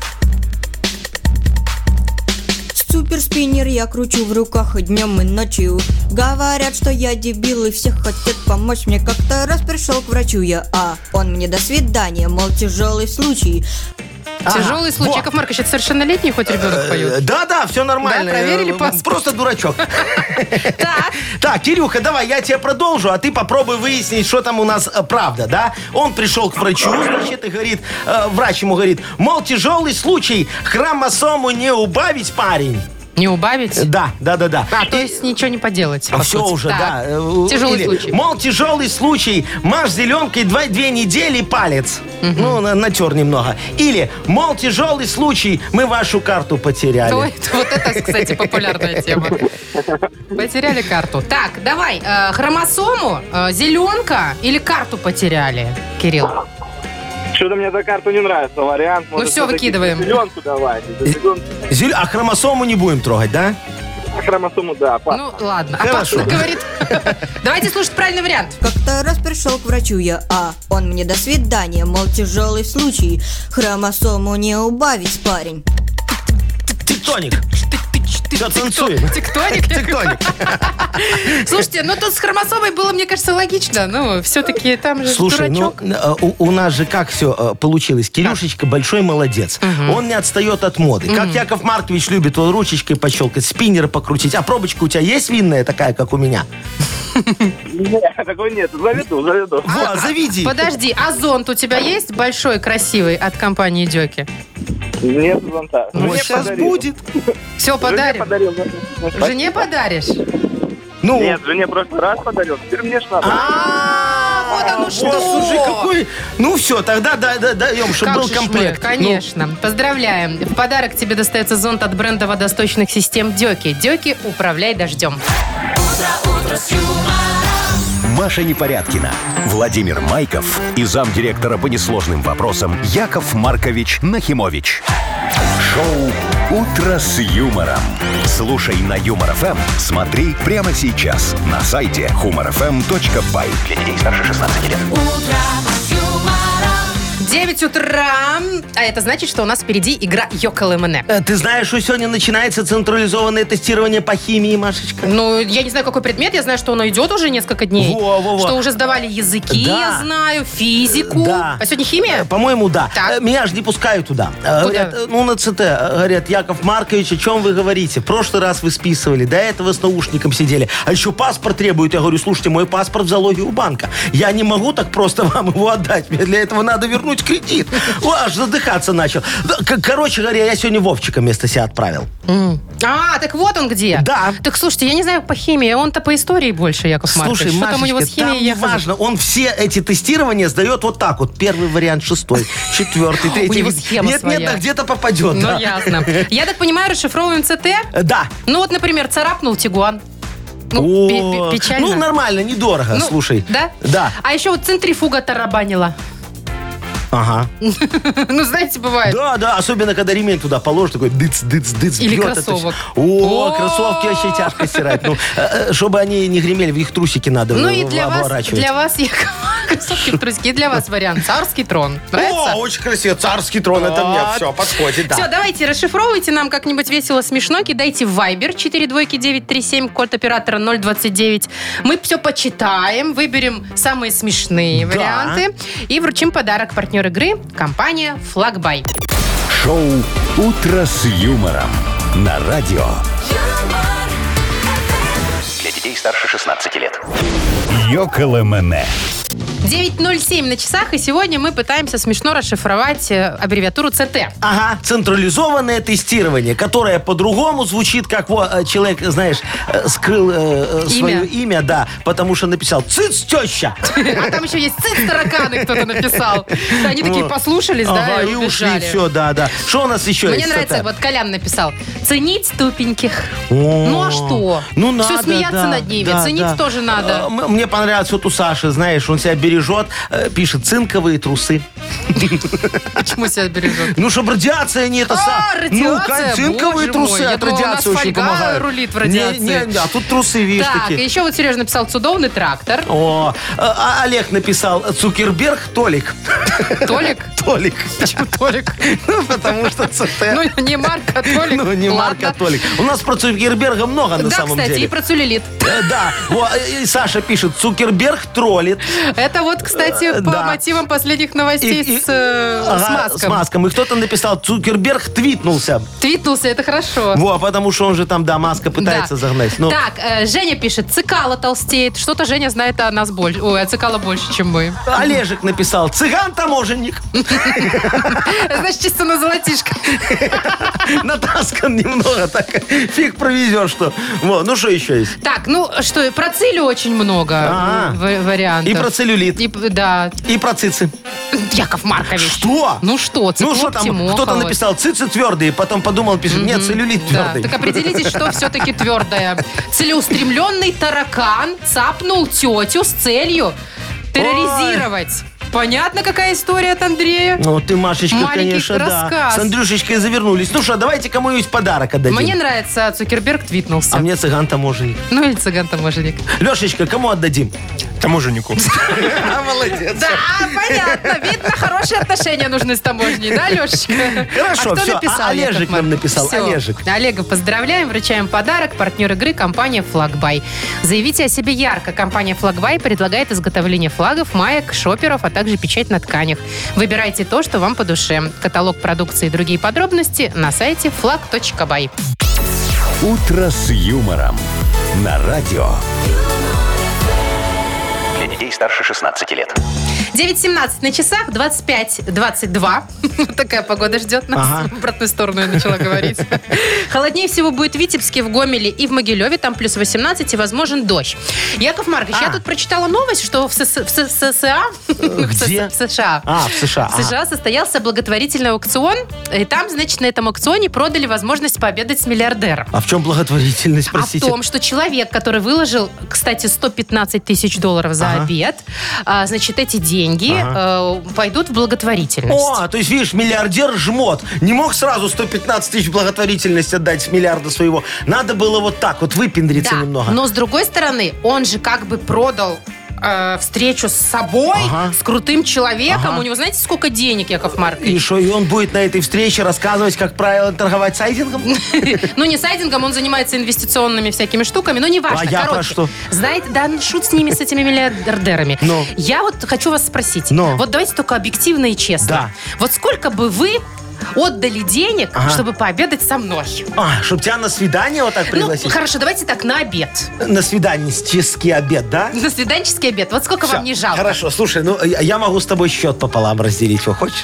Супер спиннер я кручу в руках и днем и ночью Говорят, что я дебил и все хотят помочь мне Как-то раз пришел к врачу я, а он мне до свидания Мол, тяжелый случай Ага, Тяжелый случай. А, во. Яков Маркович, это совершеннолетний, хоть ребенок Э, поет. Да-да, все нормально. Да, проверили Э, паспорт? Просто дурачок. <laughs> Так, Так, Кирюха, давай, я тебе продолжу, а ты попробуй выяснить, что там у нас э, правда, да? Он пришел к врачу, значит, и говорит, э, врач ему говорит, мол, тяжелый случай, хромосому не убавить, парень. не убавить? Да, да, да, да. А, то есть ничего не поделать. по все сути. А уже, Так. да. э, Тяжелый или, случай. Мол, тяжелый случай. Маш зеленкой два, две недели палец. Ну, на- натер немного. Или, мол, тяжелый случай, мы вашу карту потеряли. Ой, вот это, кстати, популярная тема. Потеряли карту. Так, давай, э, хромосому, э, зеленка или карту потеряли, Кирилл? Что-то мне эта карта не нравится. Вариант. может, Ну, всё, всё-таки выкидываем. Зеленку давайте. За зеленку. Зелё- А хромосому не будем трогать, да? Хромосому, да. пап. Ну, ладно. Хорошо. Опасно, говорит. <laughs> Давайте слушать правильный вариант. Как-то раз пришел к врачу я, а он мне до свидания Мол, тяжелый случай, хромосому не убавить, парень Тектоник. Всё, танцуем. Тектоник? Тектоник. <laughs> Слушайте, ну тут с хромосомой было, мне кажется, логично. Ну, все-таки там же Слушай, дурачок. ну э, у, у нас же как все получилось. Кирюшечка большой молодец. Он не отстает от моды. Как Яков Маркович любит, он ручечкой пощелкать, спиннер покрутить. А пробочка у тебя есть винная такая, как у меня? Ну. Нет, такой нет. Заведу, заведу. А, Во, заведи. Подожди, а зонт у тебя есть большой, красивый от компании Дёки? Нет зонта. Вот Ну, Жене Ну, сейчас подарил. будет. Все, Жене подарим? подарил. Жене подаришь? Ну. Нет, жене в прошлый раз подарил. Теперь мне ж надо. А, О, да ну что? О, слушай, какой... Ну все, тогда да- да- даем, чтобы Как был же ж мы, комплект. Ну, конечно. Поздравляем. В подарок тебе достается зонт от бренда водосточных систем Дёки. Дёки, управляй дождем. Маша Непорядкина, Владимир Майков и замдиректора по несложным вопросам Яков Маркович Нахимович. Шоу «Утро с юмором». Слушай на Юмор ФМ, смотри прямо сейчас на сайте humorfm.by. Для детей старше 16 лет. 9 утра. А это значит, что у нас впереди игра Йокол МН. э, Ты знаешь, что сегодня начинается централизованное тестирование по химии, Машечка? Ну, я не знаю, какой предмет, я знаю, что оно идет уже несколько дней. Во, во, во. Что уже сдавали языки, Да. я знаю, физику. Да. А сегодня химия? Э, По-моему, да. Так. Э, Меня же не пускают туда. Э, Говорят, э, ну, на ЦТ. э, Говорят, Яков Маркович, о чем вы говорите? В прошлый раз вы списывали, до этого с наушником сидели. А еще паспорт требуют. Я говорю, слушайте, мой паспорт в залоге у банка. Я не могу так просто <laughs> вам его отдать. Мне для этого надо вернуть кредит. О, Аж задыхаться начал. Да, к- Короче говоря, я сегодня Вовчика вместо себя отправил. М. А, так вот он где. Да. Так слушайте, я не знаю по химии, он-то по истории больше, Яков Слушай, Маркович. Что там у него с Машечка, там химией? я не хожу. важно. Он все эти тестирования сдает вот так вот. Первый <laughs> вариант, шестой, четвертый, третий. него схема Нет, своя. нет, да где-то попадет. Ну, да. ясно. Я так понимаю, расшифровываем ЦТ? Э, Да. Ну, вот, например, царапнул тигуан. О, Ну, пе- пе- печально. Ну, нормально, недорого, Ну, слушай. Да? Да. А еще вот центрифуга тарабанила. <laughs> Ага. Ну, знаете, бывает. Да, да, особенно когда ремень туда положишь, такой дыц, дыц, дыц. Или бьет, это всё. кроссовок. О. О, кроссовки вообще тяжко стирать. Ну, э, э, чтобы они не гремели, в их трусики надо Ну в- и для в- вас, оборачивать. для <laughs> вас, Яков Кроссовки в трусике. И для вас вариант. Царский трон. О, Нравится? очень красиво. Царский трон, это мне все подходит, Все, да. давайте, расшифровывайте нам как-нибудь весело, смешно, кидайте в Viber 42937, код оператора 029. Мы все почитаем, выберем самые смешные Да. варианты и вручим подарок партнер игры компания «Флагбай». Шоу «Утро с юмором» на радио. Для детей старше 16 лет. Йоколэмэне. 9.07 на часах, и сегодня мы пытаемся смешно расшифровать э, аббревиатуру ЦТ. Ага, централизованное тестирование, которое по-другому звучит, как во, э, человек, знаешь, э, скрыл э, э, свое имя, да, потому что написал «Цыц, теща!» А там еще есть «Цит тараканы» кто-то написал. Да, Они такие Вот. послушались, да, Ага, и и ушли, убежали. все, да, да. Что у нас еще Мне есть? нравится, Татьяна? вот Колян написал, ценить тупеньких. О, Ну а что? Ну Всё надо, смеяться да, над ними, да, ценить да. тоже Э, надо. м- Мне понравилось вот у Саши, знаешь, он себя бережет, э, пишет цинковые трусы. Почему себя бережет? Ну, чтобы радиация не это... са- А, радиация, ну, кон- боже цинковые трусы мой, я от думала, у нас радиации очень фольга помогают. рулит в радиации. Не, не, не, а тут трусы, видишь, Так, такие. еще вот Сережа написал «Цудовный трактор». О, э, а Олег написал Цукерберг Толик. <laughs> Толик? Толик. Почему Толик? <laughs> Ну, Потому что ЦТ. Ну, не Марк, а Толик. Ну, не Марк, Ладно. а Толик. У нас про Цукерберга много на Да, самом кстати, и деле. про целлюлит. Э, Да, Во, и Саша пишет, Цукерберг троллит. Это вот, кстати, Э, по да. мотивам последних новостей И- и- с, э, с Ага, Маском. И кто-то написал, Цукерберг твитнулся. Твитнулся, это хорошо. Во, потому что он же там, да, Маска Да. пытается загнать. Ну, Так, э, Женя пишет, цикала толстеет. Что-то Женя знает о нас больше. Ой, о цикала больше, чем мы. Олежек написал, <laughs> цыган-таможенник, Значит, чисто на золотишко. натаскан немного, так фиг провезешь, что. Во, ну что еще есть? Так, ну что, про Цилю очень много А. э, ва- вариантов. И про целлюлит, И п- да, и про цицы. Яков Маркович. Что? Ну что, Ну циклоп что там, Тимохова. кто-то написал, цицы твердые, потом подумал, пишет, нет, целлюлит Да, твердый. так а определитесь, что все-таки твердое. Целеустремленный таракан цапнул тетю с целью терроризировать. Понятно, какая история от Андрея? Ну, ты, Машечка, Маленький конечно, да. рассказ. С Андрюшечкой завернулись. Ну что, давайте кому-нибудь подарок отдадим. Мне нравится, а Цукерберг твитнулся. А мне цыган-таможенник. Ну или цыган-таможенник. Лешечка, кому отдадим? Таможеннику. Да, понятно. Видно, хорошие отношения нужны с таможней, да, Лешечка? Хорошо, а кто всё, написал? а Олежек Яков нам Маркович? написал, Всё. Олежек. Олега поздравляем, вручаем подарок. Партнер игры – компания «Флагбай». Заявите о себе ярко. Компания «Флагбай» предлагает изготовление флагов, маек, шоперов, а также печать на тканях. Выбирайте то, что вам по душе. Каталог продукции и другие подробности на сайте flag.by. «Утро с юмором» на радио. Для детей старше 16 лет. 9.17 на часах, 25-22. <laughs> Такая погода ждет нас. В обратную сторону я начала <laughs> говорить. Холоднее всего будет в Витебске, в Гомеле и в Могилеве. Там плюс 18 и возможен дождь. Яков Маркович, я А. Э, тут прочитала новость, что в СС- в С- США... <laughs> Где? В США. А, в США. В США состоялся благотворительный аукцион. И там, значит, на этом аукционе продали возможность пообедать с миллиардером. А в чем благотворительность, простите? О том, что человек, который выложил, кстати, 115 тысяч долларов за Ага. обед, а, значит, эти деньги э, пойдут в благотворительность. О, то есть, видишь, миллиардер жмот. Не мог сразу 115 тысяч благотворительность отдать с миллиарда своего. Надо было вот так вот выпендриться Да, ну, немного. но с другой стороны, он же как бы продал э, встречу с собой, Ага. с крутым человеком. Ага. У него, знаете, сколько денег, Яков Маркович? И что, и он будет на этой встрече рассказывать, как правильно торговать сайдингом? Ну, не сайдингом, он занимается инвестиционными всякими штуками, но не важно. А я про что? Знаете, да, ну, шут с ними, с этими миллиардерами. Ну. Я вот хочу вас спросить. Ну. Вот давайте только объективно и честно. Да. Вот сколько бы вы отдали денег, Ага. чтобы пообедать со мной? А, чтоб тебя на свидание вот так Ну, пригласить? хорошо, давайте так, на обед. <laughs> На свиданнический обед, да? На свиданческий обед. Вот сколько Всё, вам не жалко? Хорошо, слушай, ну я я могу с тобой счет пополам разделить, вот хочешь?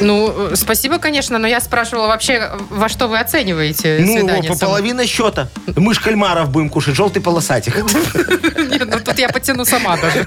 Ну, э, спасибо, конечно, но я спрашивала вообще, э, во что вы оцениваете Ну, свидание по со мной? половине счета. Мы ж кальмаров будем кушать, <laughs> желтый полосатик. Ну, Нет, ну тут я потяну сама <laughs> даже.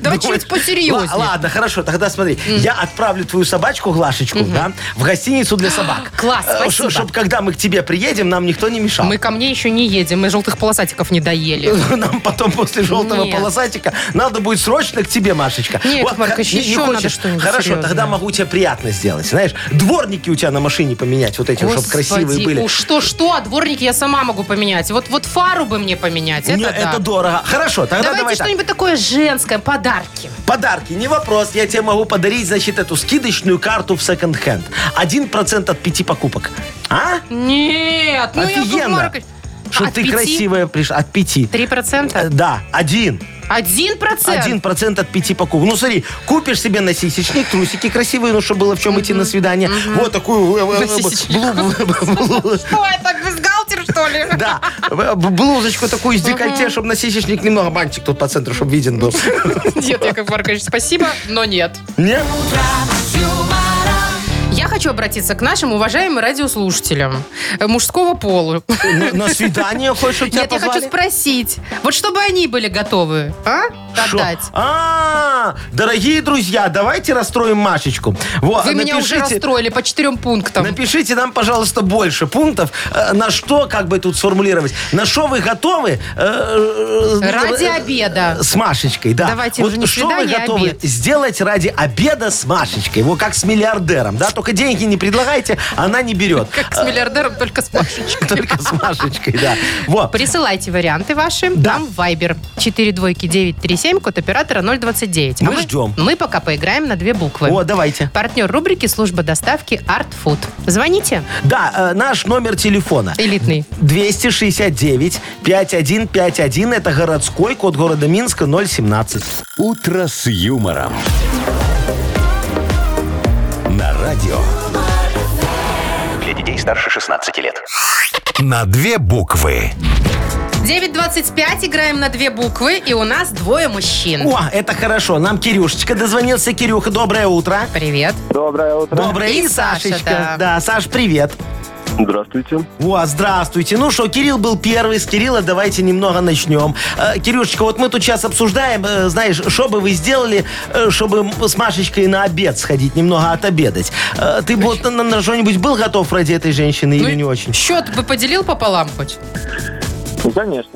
Давай чуть-чуть Ла- посерьезнее. Ладно, хорошо, тогда смотри. Я отправлю твою собачку, Глашечку, да, в гостиницу для собак. А, Класс, спасибо. Чтобы когда мы к тебе приедем, нам никто не мешал. Мы ко мне еще не едем, мы желтых полосатиков не доели. <laughs> Нам потом после желтого Нет. полосатика надо будет срочно к тебе, Машечка. Не, Яков Маркович, не- не еще надо хочешь? что-нибудь Хорошо, серьезное. тогда могу тебе приятно сделать. Знаешь, дворники у тебя на машине поменять, вот эти, чтобы красивые были. что-что, а дворник я сама могу поменять. Вот, вот фару бы мне поменять, это Не, да. это дорого. Хорошо, тогда Давайте давай так. что-нибудь такое женское, подарки. Подарки, не вопрос. Я тебе могу подарить, значит, эту скидочную карту в секонд-хенд. Один процент от пяти покупок. А? Нет, ну я Офигенно. Маркович. Что От ты пяти? красивая пришла. От пяти. Три Э, процента? Да, один. Один процент? Один процент от пяти покупок. Ну, смотри, купишь себе на сисечник трусики красивые, ну, чтобы было в чем идти на свидание. Вот такую... э, э, э, Носисечник. блу- Что это, бюстгальтер, что ли? Да, э, блузочку такую из декольте, чтобы на сисечник немного бантик тут по центру, чтобы виден был. <laughs> <laughs> Нет, Яков Маркович, спасибо, но нет. Нет? Я хочу обратиться к нашим уважаемым радиослушателям э, мужского пола. Ну, На свидание хочешь, чтобы тебя Нет, я хочу позвали? спросить, вот чтобы они были готовы, а, Шо? отдать? А, дорогие друзья, давайте расстроим Машечку. Вот, Вы меня уже А, напишите- расстроили по четырем пунктам. Напишите нам, пожалуйста, больше пунктов, э, на что, как бы тут сформулировать, на что вы готовы... э, э, Ради э, обеда. С Машечкой, да. Давайте вот уже не что вы свидание, а готовы обед. сделать ради обеда с Машечкой? Вот как с миллиардером, да? Только деньги не предлагайте, она не берет. Как с миллиардером, только <laughs> с Машечкой. Только с Машечкой, да. Вот. Присылайте варианты ваши Да. нам в Viber 4 двойки 937, код оператора 029. А Мы ждем. Мы пока поиграем на две буквы. О, давайте. Партнер рубрики «Служба доставки Art Food». Звоните. Да, э, наш номер телефона. Элитный. 269-5151. Это городской код города Минска 017. «Утро с юмором». На радио. Для детей старше 16 лет. На две буквы. 9.25, играем на две буквы, и у нас двое мужчин. О, это хорошо. Нам Кирюшечка дозвонился. Кирюха, доброе утро. Привет. Доброе утро. Доброе. И И, Саша, Сашечка. да. да. Саш, привет. Здравствуйте. О, здравствуйте. Ну что, Кирилл был первый. С Кирилла давайте немного начнем. Э, Кирюшечка, вот мы тут сейчас обсуждаем, э, знаешь, что бы вы сделали, э, чтобы м- с Машечкой на обед сходить, немного отобедать. Э, Ты бы вот на, на- на что-нибудь был готов ради этой женщины или Ну, не очень? Счет бы поделил пополам хоть? Ну, конечно.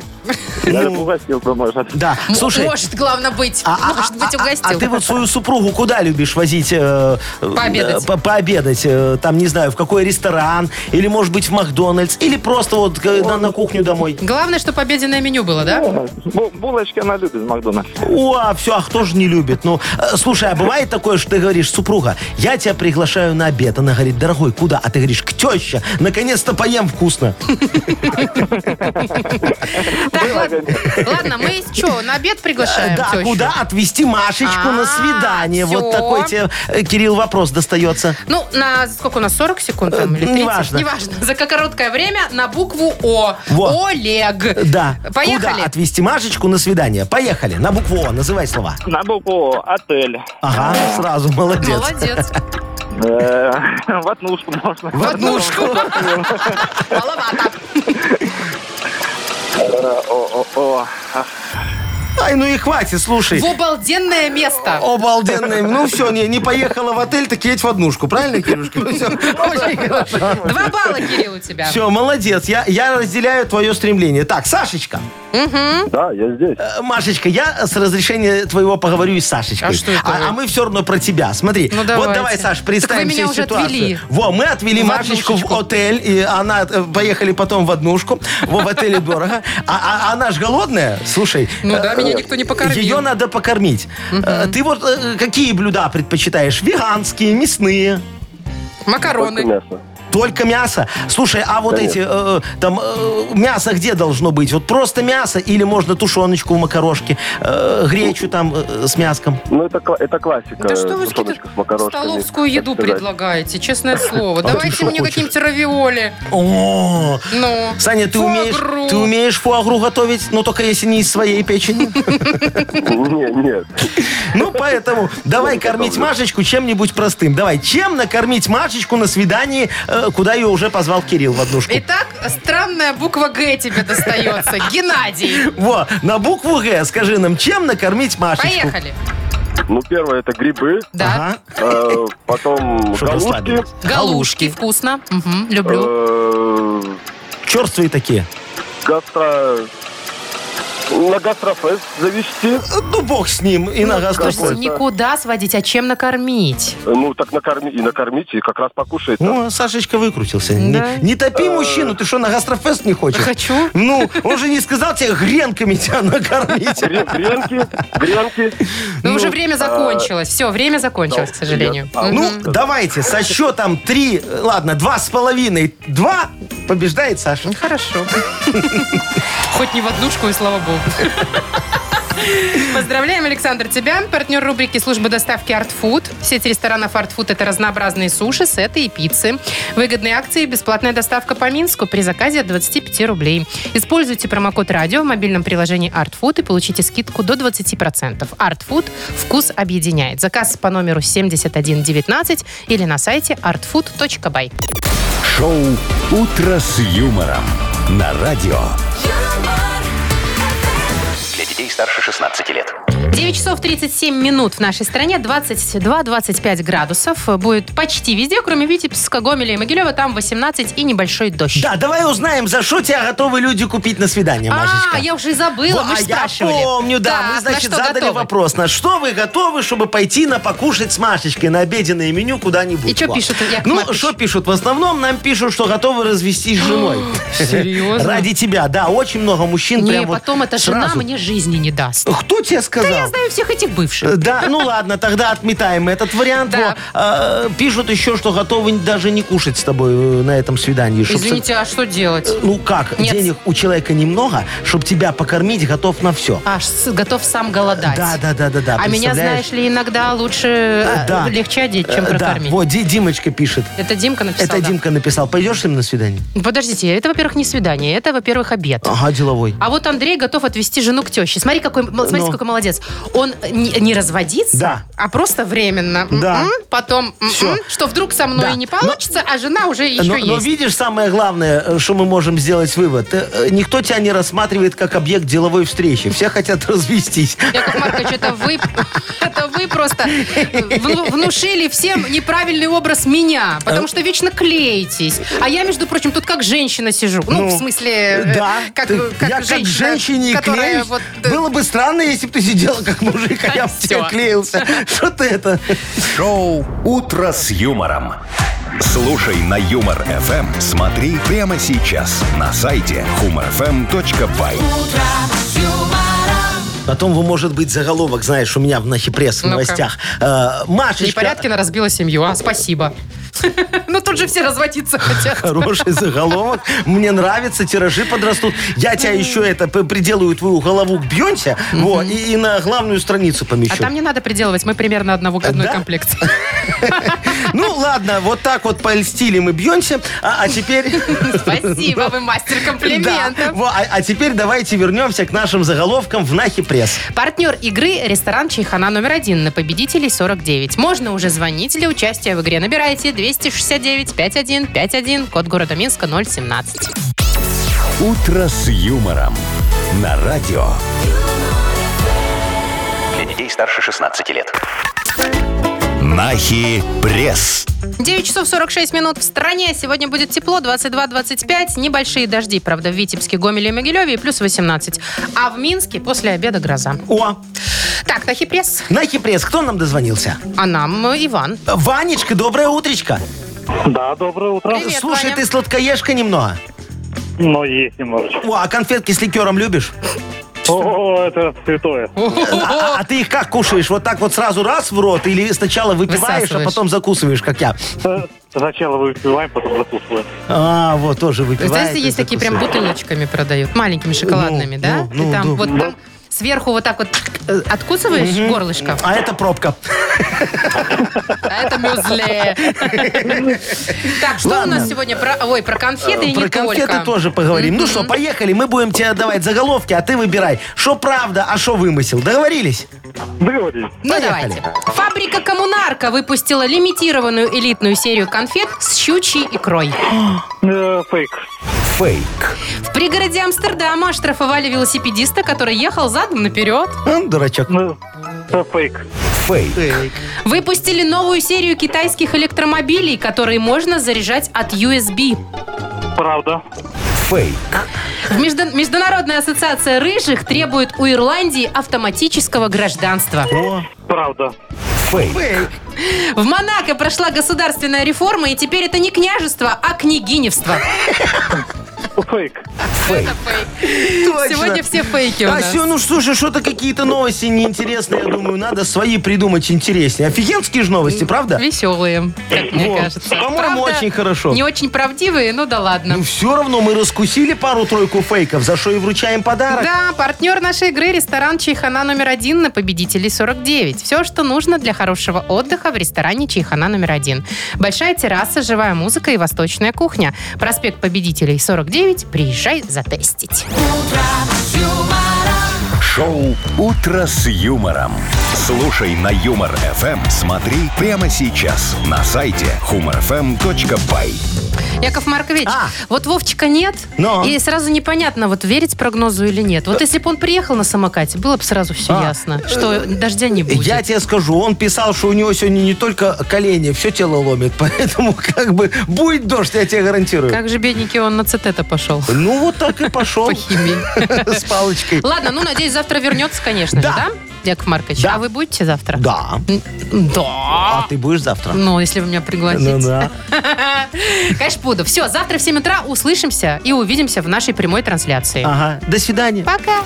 Даже угостил бы, может. Да, М- слушай. Ну, Может, главное быть. А, а- Может а- быть, а- угостил. А, ты вот свою супругу куда любишь возить? э, э, Пообедать. по- пообедать, э, там, не знаю, в какой ресторан, или, может быть, в Макдональдс, или просто вот э, на, на кухню домой. Главное, чтобы обеденное меню было, Ну, да? Бу- Булочки она любит в Макдональдсе. О, все, а кто же не любит? Ну, э, слушай, а бывает такое, что ты говоришь, супруга, я тебя приглашаю на обед. Она говорит, дорогой, куда? А ты говоришь, к теще, наконец-то поем вкусно. Так, ладно. Ладно, мы что, на обед приглашаем Э, Да, тещу? куда отвезти Машечку А, на свидание? Вот всё. такой тебе, э, Кирилл, вопрос достается. Ну, на сколько у нас, 40 секунд там, Э, или 30? неважно. Неважно. За как короткое время на букву О. Во. Олег. Да. Поехали. Куда отвезти Машечку на свидание? Поехали. На букву О, называй слова. На букву отель. Ага, сразу, молодец. Молодец. Э, В однушку можно. В однушку. Маловато. Э, О-о-о. Ай, ну и хватит, слушай. В обалденное место. Обалденный. Ну все, не, не поехала в отель, так едь в однушку. Правильно, Кирюшка? Ну Все, очень хорошо. Два балла, Кирилл, у тебя. Все, молодец. Я, я разделяю твое стремление. Так, Сашечка. Да, я здесь. Э, Машечка, я с разрешения твоего поговорю и с Сашечкой. А что это вы? а, мы все равно про тебя. Смотри. Ну, Вот давайте. давай, Саш, Так представим вы меня себе уже ситуацию. отвели. Во, мы отвели В Машечку в однушечку. отель, и она э, поехали потом в однушку. Во, в отеле дорого. А, а- она ж голодная. Слушай. Ну да, э, меня никто не покормил. Ее надо покормить. Э, Ты вот э, какие блюда предпочитаешь? Веганские, мясные? Макароны. Мясо. Только мясо. Слушай, а вот эти э, там э, мясо где должно быть? Вот просто мясо или можно тушеночку в макарошке, э, гречу там э, с мяском? Ну, это, кла- это классика. Да что вы Тушеночка какие-то с макарошками, столовскую так еду сказать. предлагаете, честное слово. А ты Давайте что мне хочешь? какие-нибудь равиоли. О, Ну. Саня, ты Фуа умеешь, гру. ты умеешь фуагру готовить, но только если не из своей печени. <laughs> <laughs> Нет, нет. Ну поэтому давай кормить Машечку чем-нибудь простым. Давай, чем накормить Машечку на свидании, э, куда ее уже позвал Кирилл в однушку? Итак, странная буква Г тебе <laughs> достается. Геннадий. Во, на букву Г скажи нам, чем накормить Машечку? Поехали. Ну, первое, это грибы. Да. Ага. э, Потом Чтобы галушки. расслабились. Галушки. Вкусно. Мгм, Люблю. э, Черствые такие. Гастро... На гастрофест завести. Э, Ну, бог с ним, и на газ Слушайте, такой. никуда сводить, а чем <laughs> накормить? Ну, так накорми, и накормите, и как раз покушает. Ну, а Сашечка выкрутился. Да. Э. Не, не топи мужчину, ты что, на гастрофест не хочешь? Хочу. Ну, он же не сказал тебе гренками тебя накормить. Гре- Гренки, гренки. Ну, уже время закончилось. Все, время закончилось, к сожалению. А, Мгм. а, Ну, давайте, со счетом три, э, ладно, два с половиной, два побеждает Саша. Хорошо. Хоть не в однушку, и слава богу. Поздравляем, Александр, тебя. Партнер рубрики службы доставки Art Food. Сеть ресторанов Art Food – это разнообразные суши, сеты и пиццы. Выгодные акции и бесплатная доставка по Минску при заказе от 25 рублей. Используйте промокод «Радио» в мобильном приложении Art Food и получите скидку до 20%. Art Food – вкус объединяет. Заказ по номеру 7119 или на сайте artfood.by. Шоу «Утро с юмором» на радио. Для детей старше 16 лет. 9 часов 37 минут в нашей стране, 22-25 градусов. Будет почти везде, кроме Витебска, Гомеля и Могилева. Там 18 и небольшой дождь. Да, давай узнаем, за что тебя готовы люди купить на свидание, Машечка. А, я уже и забыла, Во, мы а же я спрашивали. помню, да. Так, мы, на значит, что задали готовы? вопрос. На что вы готовы, чтобы пойти на покушать с Машечкой на обеденное меню куда-нибудь? И чё Во. пишут, Яков Ну, Маркович? что пишут? В основном нам пишут, что готовы развестись с <gasps> женой. <laughs> Серьезно? Ради тебя, да. Очень много мужчин Не, прям вот потом эта жена сразу. мне жизни не даст. Кто тебе сказал? Я знаю всех этих бывших. Э, Да, ну ладно, тогда отметаем этот вариант. Да. Во. Э, Пишут еще, что готовы даже не кушать с тобой э, на этом свидании. чтоб ты- Извините, а что делать? Ну как, Нет. денег у человека немного, чтобы тебя покормить, готов на все. Аж А, с- готов сам голодать. Да, да, да, да, да. А меня, представляешь? знаешь ли, иногда лучше э, да. легче одеть, чем Э, прокормить. Да, вот Ди- Димочка пишет. Это Димка написал. Это да. Димка написал. Пойдешь с ним на свидание? Подождите, это, во-первых, не свидание, это, во-первых, обед. Ага, деловой. А вот Андрей готов отвезти жену к теще. Смотри, какой, м- смотрите, Ну. какой молодец. Он не, не разводится, Да. а просто временно. М-м, Да. Потом, м-м, Всё. что вдруг со мной Да. не получится, а жена уже еще Э, Но, есть. но видишь, самое главное, э, что мы можем сделать вывод. э, э, Никто тебя не рассматривает как объект деловой встречи. Все хотят <laughs> развестись. Яков Маркович, это вы, <laughs> это вы просто вну- внушили всем неправильный образ меня, потому что вечно клеитесь. А я, между прочим, тут как женщина сижу. Ну, Ну, в смысле, э, да. как, ты- как я женщина, как женщине и которая клеюсь. вот, э, Было бы странно, если бы ты сидела как мужик, а я в тебя Всё. клеился. <laughs> Что ты это? Шоу «Утро с юмором». Слушай на Юмор ФМ. Смотри прямо сейчас на сайте humorfm.by. Потом вы, может быть, заголовок, знаешь, у меня в нахе пресс в Ну-ка. новостях. Э, Машечка... Непорядкина разбила семью, а спасибо. <laughs> Ну, тут же все разводиться хотят. Хороший заголовок. Мне нравится, тиражи подрастут. Я тебя еще это п- приделаю твою голову к Бьонсе, вот, и, и на главную страницу помещу. А там не надо приделывать, мы примерно одного одной Да? <laughs> комплекции. Ну ладно, вот так вот польстили мы Бьонсе, а, а теперь... Спасибо, вы мастер Да, <laughs> комплиментов. во, а, а теперь давайте вернемся к нашим заголовкам в Нахи Пресс. Партнер игры – ресторан «Чайхана» номер один на «Победителей 49». Можно уже звонить для участия в игре. Набирайте 269-5151, код города Минска 017. «Утро с юмором» на радио. Для детей старше 16 лет. Нахи пресс. 9 часов 46 минут в стране. Сегодня будет тепло, 22-25. Небольшие дожди, правда, в Витебске, Гомеле и Могилеве, и плюс 18. А в Минске после обеда гроза. О, Так, на хипресс. Нахи Пресс, кто нам дозвонился? А нам э, Иван. Ванечка, доброе утречко. Да, доброе утро. Привет, Слушай, Ваня. ты сладкоежка немного? Но есть немножечко. О, а конфетки с ликером любишь? О, это святое. А, а- а ты их как кушаешь? Вот так вот сразу раз в рот или сначала выпиваешь, а Высасываешь. потом закусываешь, как я? Э, Сначала выпиваем, потом закусываем. А, вот тоже выпиваешь. Представляете, есть такие прям бутылочками продают, маленькими шоколадными, Ну, да? ну, Ты ну, там ну. вот там сверху вот так вот э, откусываешь горлышко, А это пробка. а это <laughs> мюзле. Так, что у Ладно. Э, нас сегодня про... Ой, про конфеты и Про не конфеты только. тоже поговорим. Ну что, поехали, мы будем тебе давать заголовки, а ты выбирай, что правда, а что вымысел. Договорились? Договорились. Ну Поехали. давайте. Фабрика Коммунарка выпустила лимитированную элитную серию конфет с щучьей икрой. Э, Фейк. Фейк. В пригороде Амстердама оштрафовали велосипедиста, который ехал задом наперед. Он А, дурачок. Ну, э, Фейк. Фейк. Выпустили новую серию китайских электромобилей, которые можно заряжать от USB. Правда. Фейк. В между- Международная ассоциация рыжих требует у Ирландии автоматического гражданства. Правда. Фейк. В Монако прошла государственная реформа, и теперь это не княжество, а княгиневство. Фейк. Точно. Сегодня все фейки у а нас. все, ну слушай, что-то какие-то новости неинтересные, я думаю, надо свои придумать интереснее. Офигенские же новости, правда? Веселые, как мне Вот. кажется. По-моему, Правда, очень хорошо. Не очень правдивые, ну да ладно. Ну все равно мы раскусили пару-тройку фейков, за что и вручаем подарок. Да, партнер нашей игры – ресторан «Чайхана номер один» на «Победителей 49». Все, что нужно для хорошего отдыха в ресторане «Чайхана номер один». Большая терраса, живая музыка и восточная кухня. Проспект Победителей 49. Приезжай затестить. Шоу «Утро с юмором». Слушай на Юмор ФМ. Смотри прямо сейчас на сайте humorfm.by. Яков Маркович, А. вот Вовчика нет, Но. Э. и сразу непонятно, вот верить прогнозу или нет. Вот если бы он приехал на самокате, было бы сразу все А. ясно, что дождя не будет. Я тебе скажу, он писал, что у него сегодня не только колени, все тело ломит. <laughs> Поэтому как бы будет дождь, я тебе гарантирую. Как же бедненький он на цитета пошел. Ну вот так и пошел. По <laughs> химии. <laughs> С палочкой. Ладно, ну, надеюсь, завтра вернется, конечно же, да? Да. Яков Маркович, Да. а вы будете завтра? Да. М, Да. А ты будешь завтра? Ну, если вы меня Ну пригласите. да. Конечно, буду. Все, завтра в 7 А. утра услышимся и увидимся в нашей прямой трансляции. Ага. До свидания. Пока.